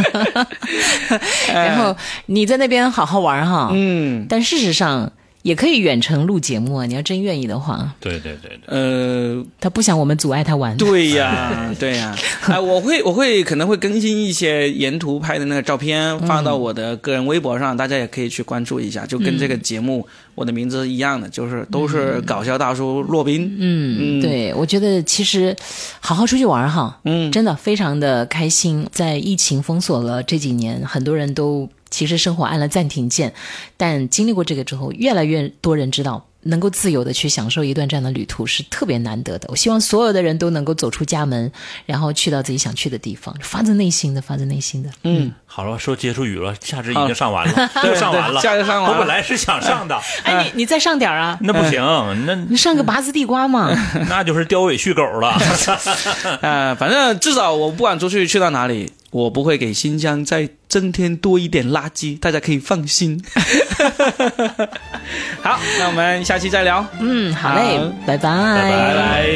[SPEAKER 2] 哎然后你在那边好好玩哈。嗯，但事实上，也可以远程录节目啊。你要真愿意的话，
[SPEAKER 3] 对对对对，
[SPEAKER 1] 呃，
[SPEAKER 2] 他不想我们阻碍 他玩。
[SPEAKER 1] 对呀，对 呀，哎，我会我会可能会更新一些沿途拍的那个照片，发到我的个人微博上，大家也可以去关注一下，就跟这个节目我的名字一样的，就是都是搞笑大叔洛宾。
[SPEAKER 2] 嗯，对，我觉得其实好好出去玩儿哈，
[SPEAKER 1] 嗯
[SPEAKER 2] 真的非常的开心。在疫情封锁了这几年，很多人都其实生活按了暂停键，但经历过这个之后，越来越多人知道。能够自由的去享受一段这样的旅途是特别难得的。我希望所有的人都能够走出家门，然后去到自己想去的地方，发自内心的，发自内心的。
[SPEAKER 1] 嗯，
[SPEAKER 3] 好了，说结束语了，夏至已经上完了，
[SPEAKER 1] 对
[SPEAKER 3] 又上完了，
[SPEAKER 1] 夏至上完了
[SPEAKER 3] 我本来是想上 的，
[SPEAKER 2] 哎，你你再上点儿啊，
[SPEAKER 3] 那不行，那
[SPEAKER 2] 你上个拔丝地瓜嘛。
[SPEAKER 3] 那就是雕尾续狗 了。
[SPEAKER 1] 呃，反正至少我不管出去去到哪里，我不会给新疆再增添多一点垃圾，大家可以放心。 好，那我们下期再聊，
[SPEAKER 2] 嗯，好嘞
[SPEAKER 1] 好，
[SPEAKER 2] 拜拜
[SPEAKER 1] 拜拜。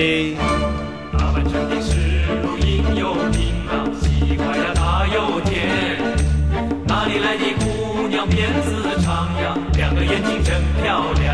[SPEAKER 4] 大半山的石路应有尽啊，西瓜呀大又甜。哪里来的姑娘辫子长呀，两个眼睛真漂亮。啊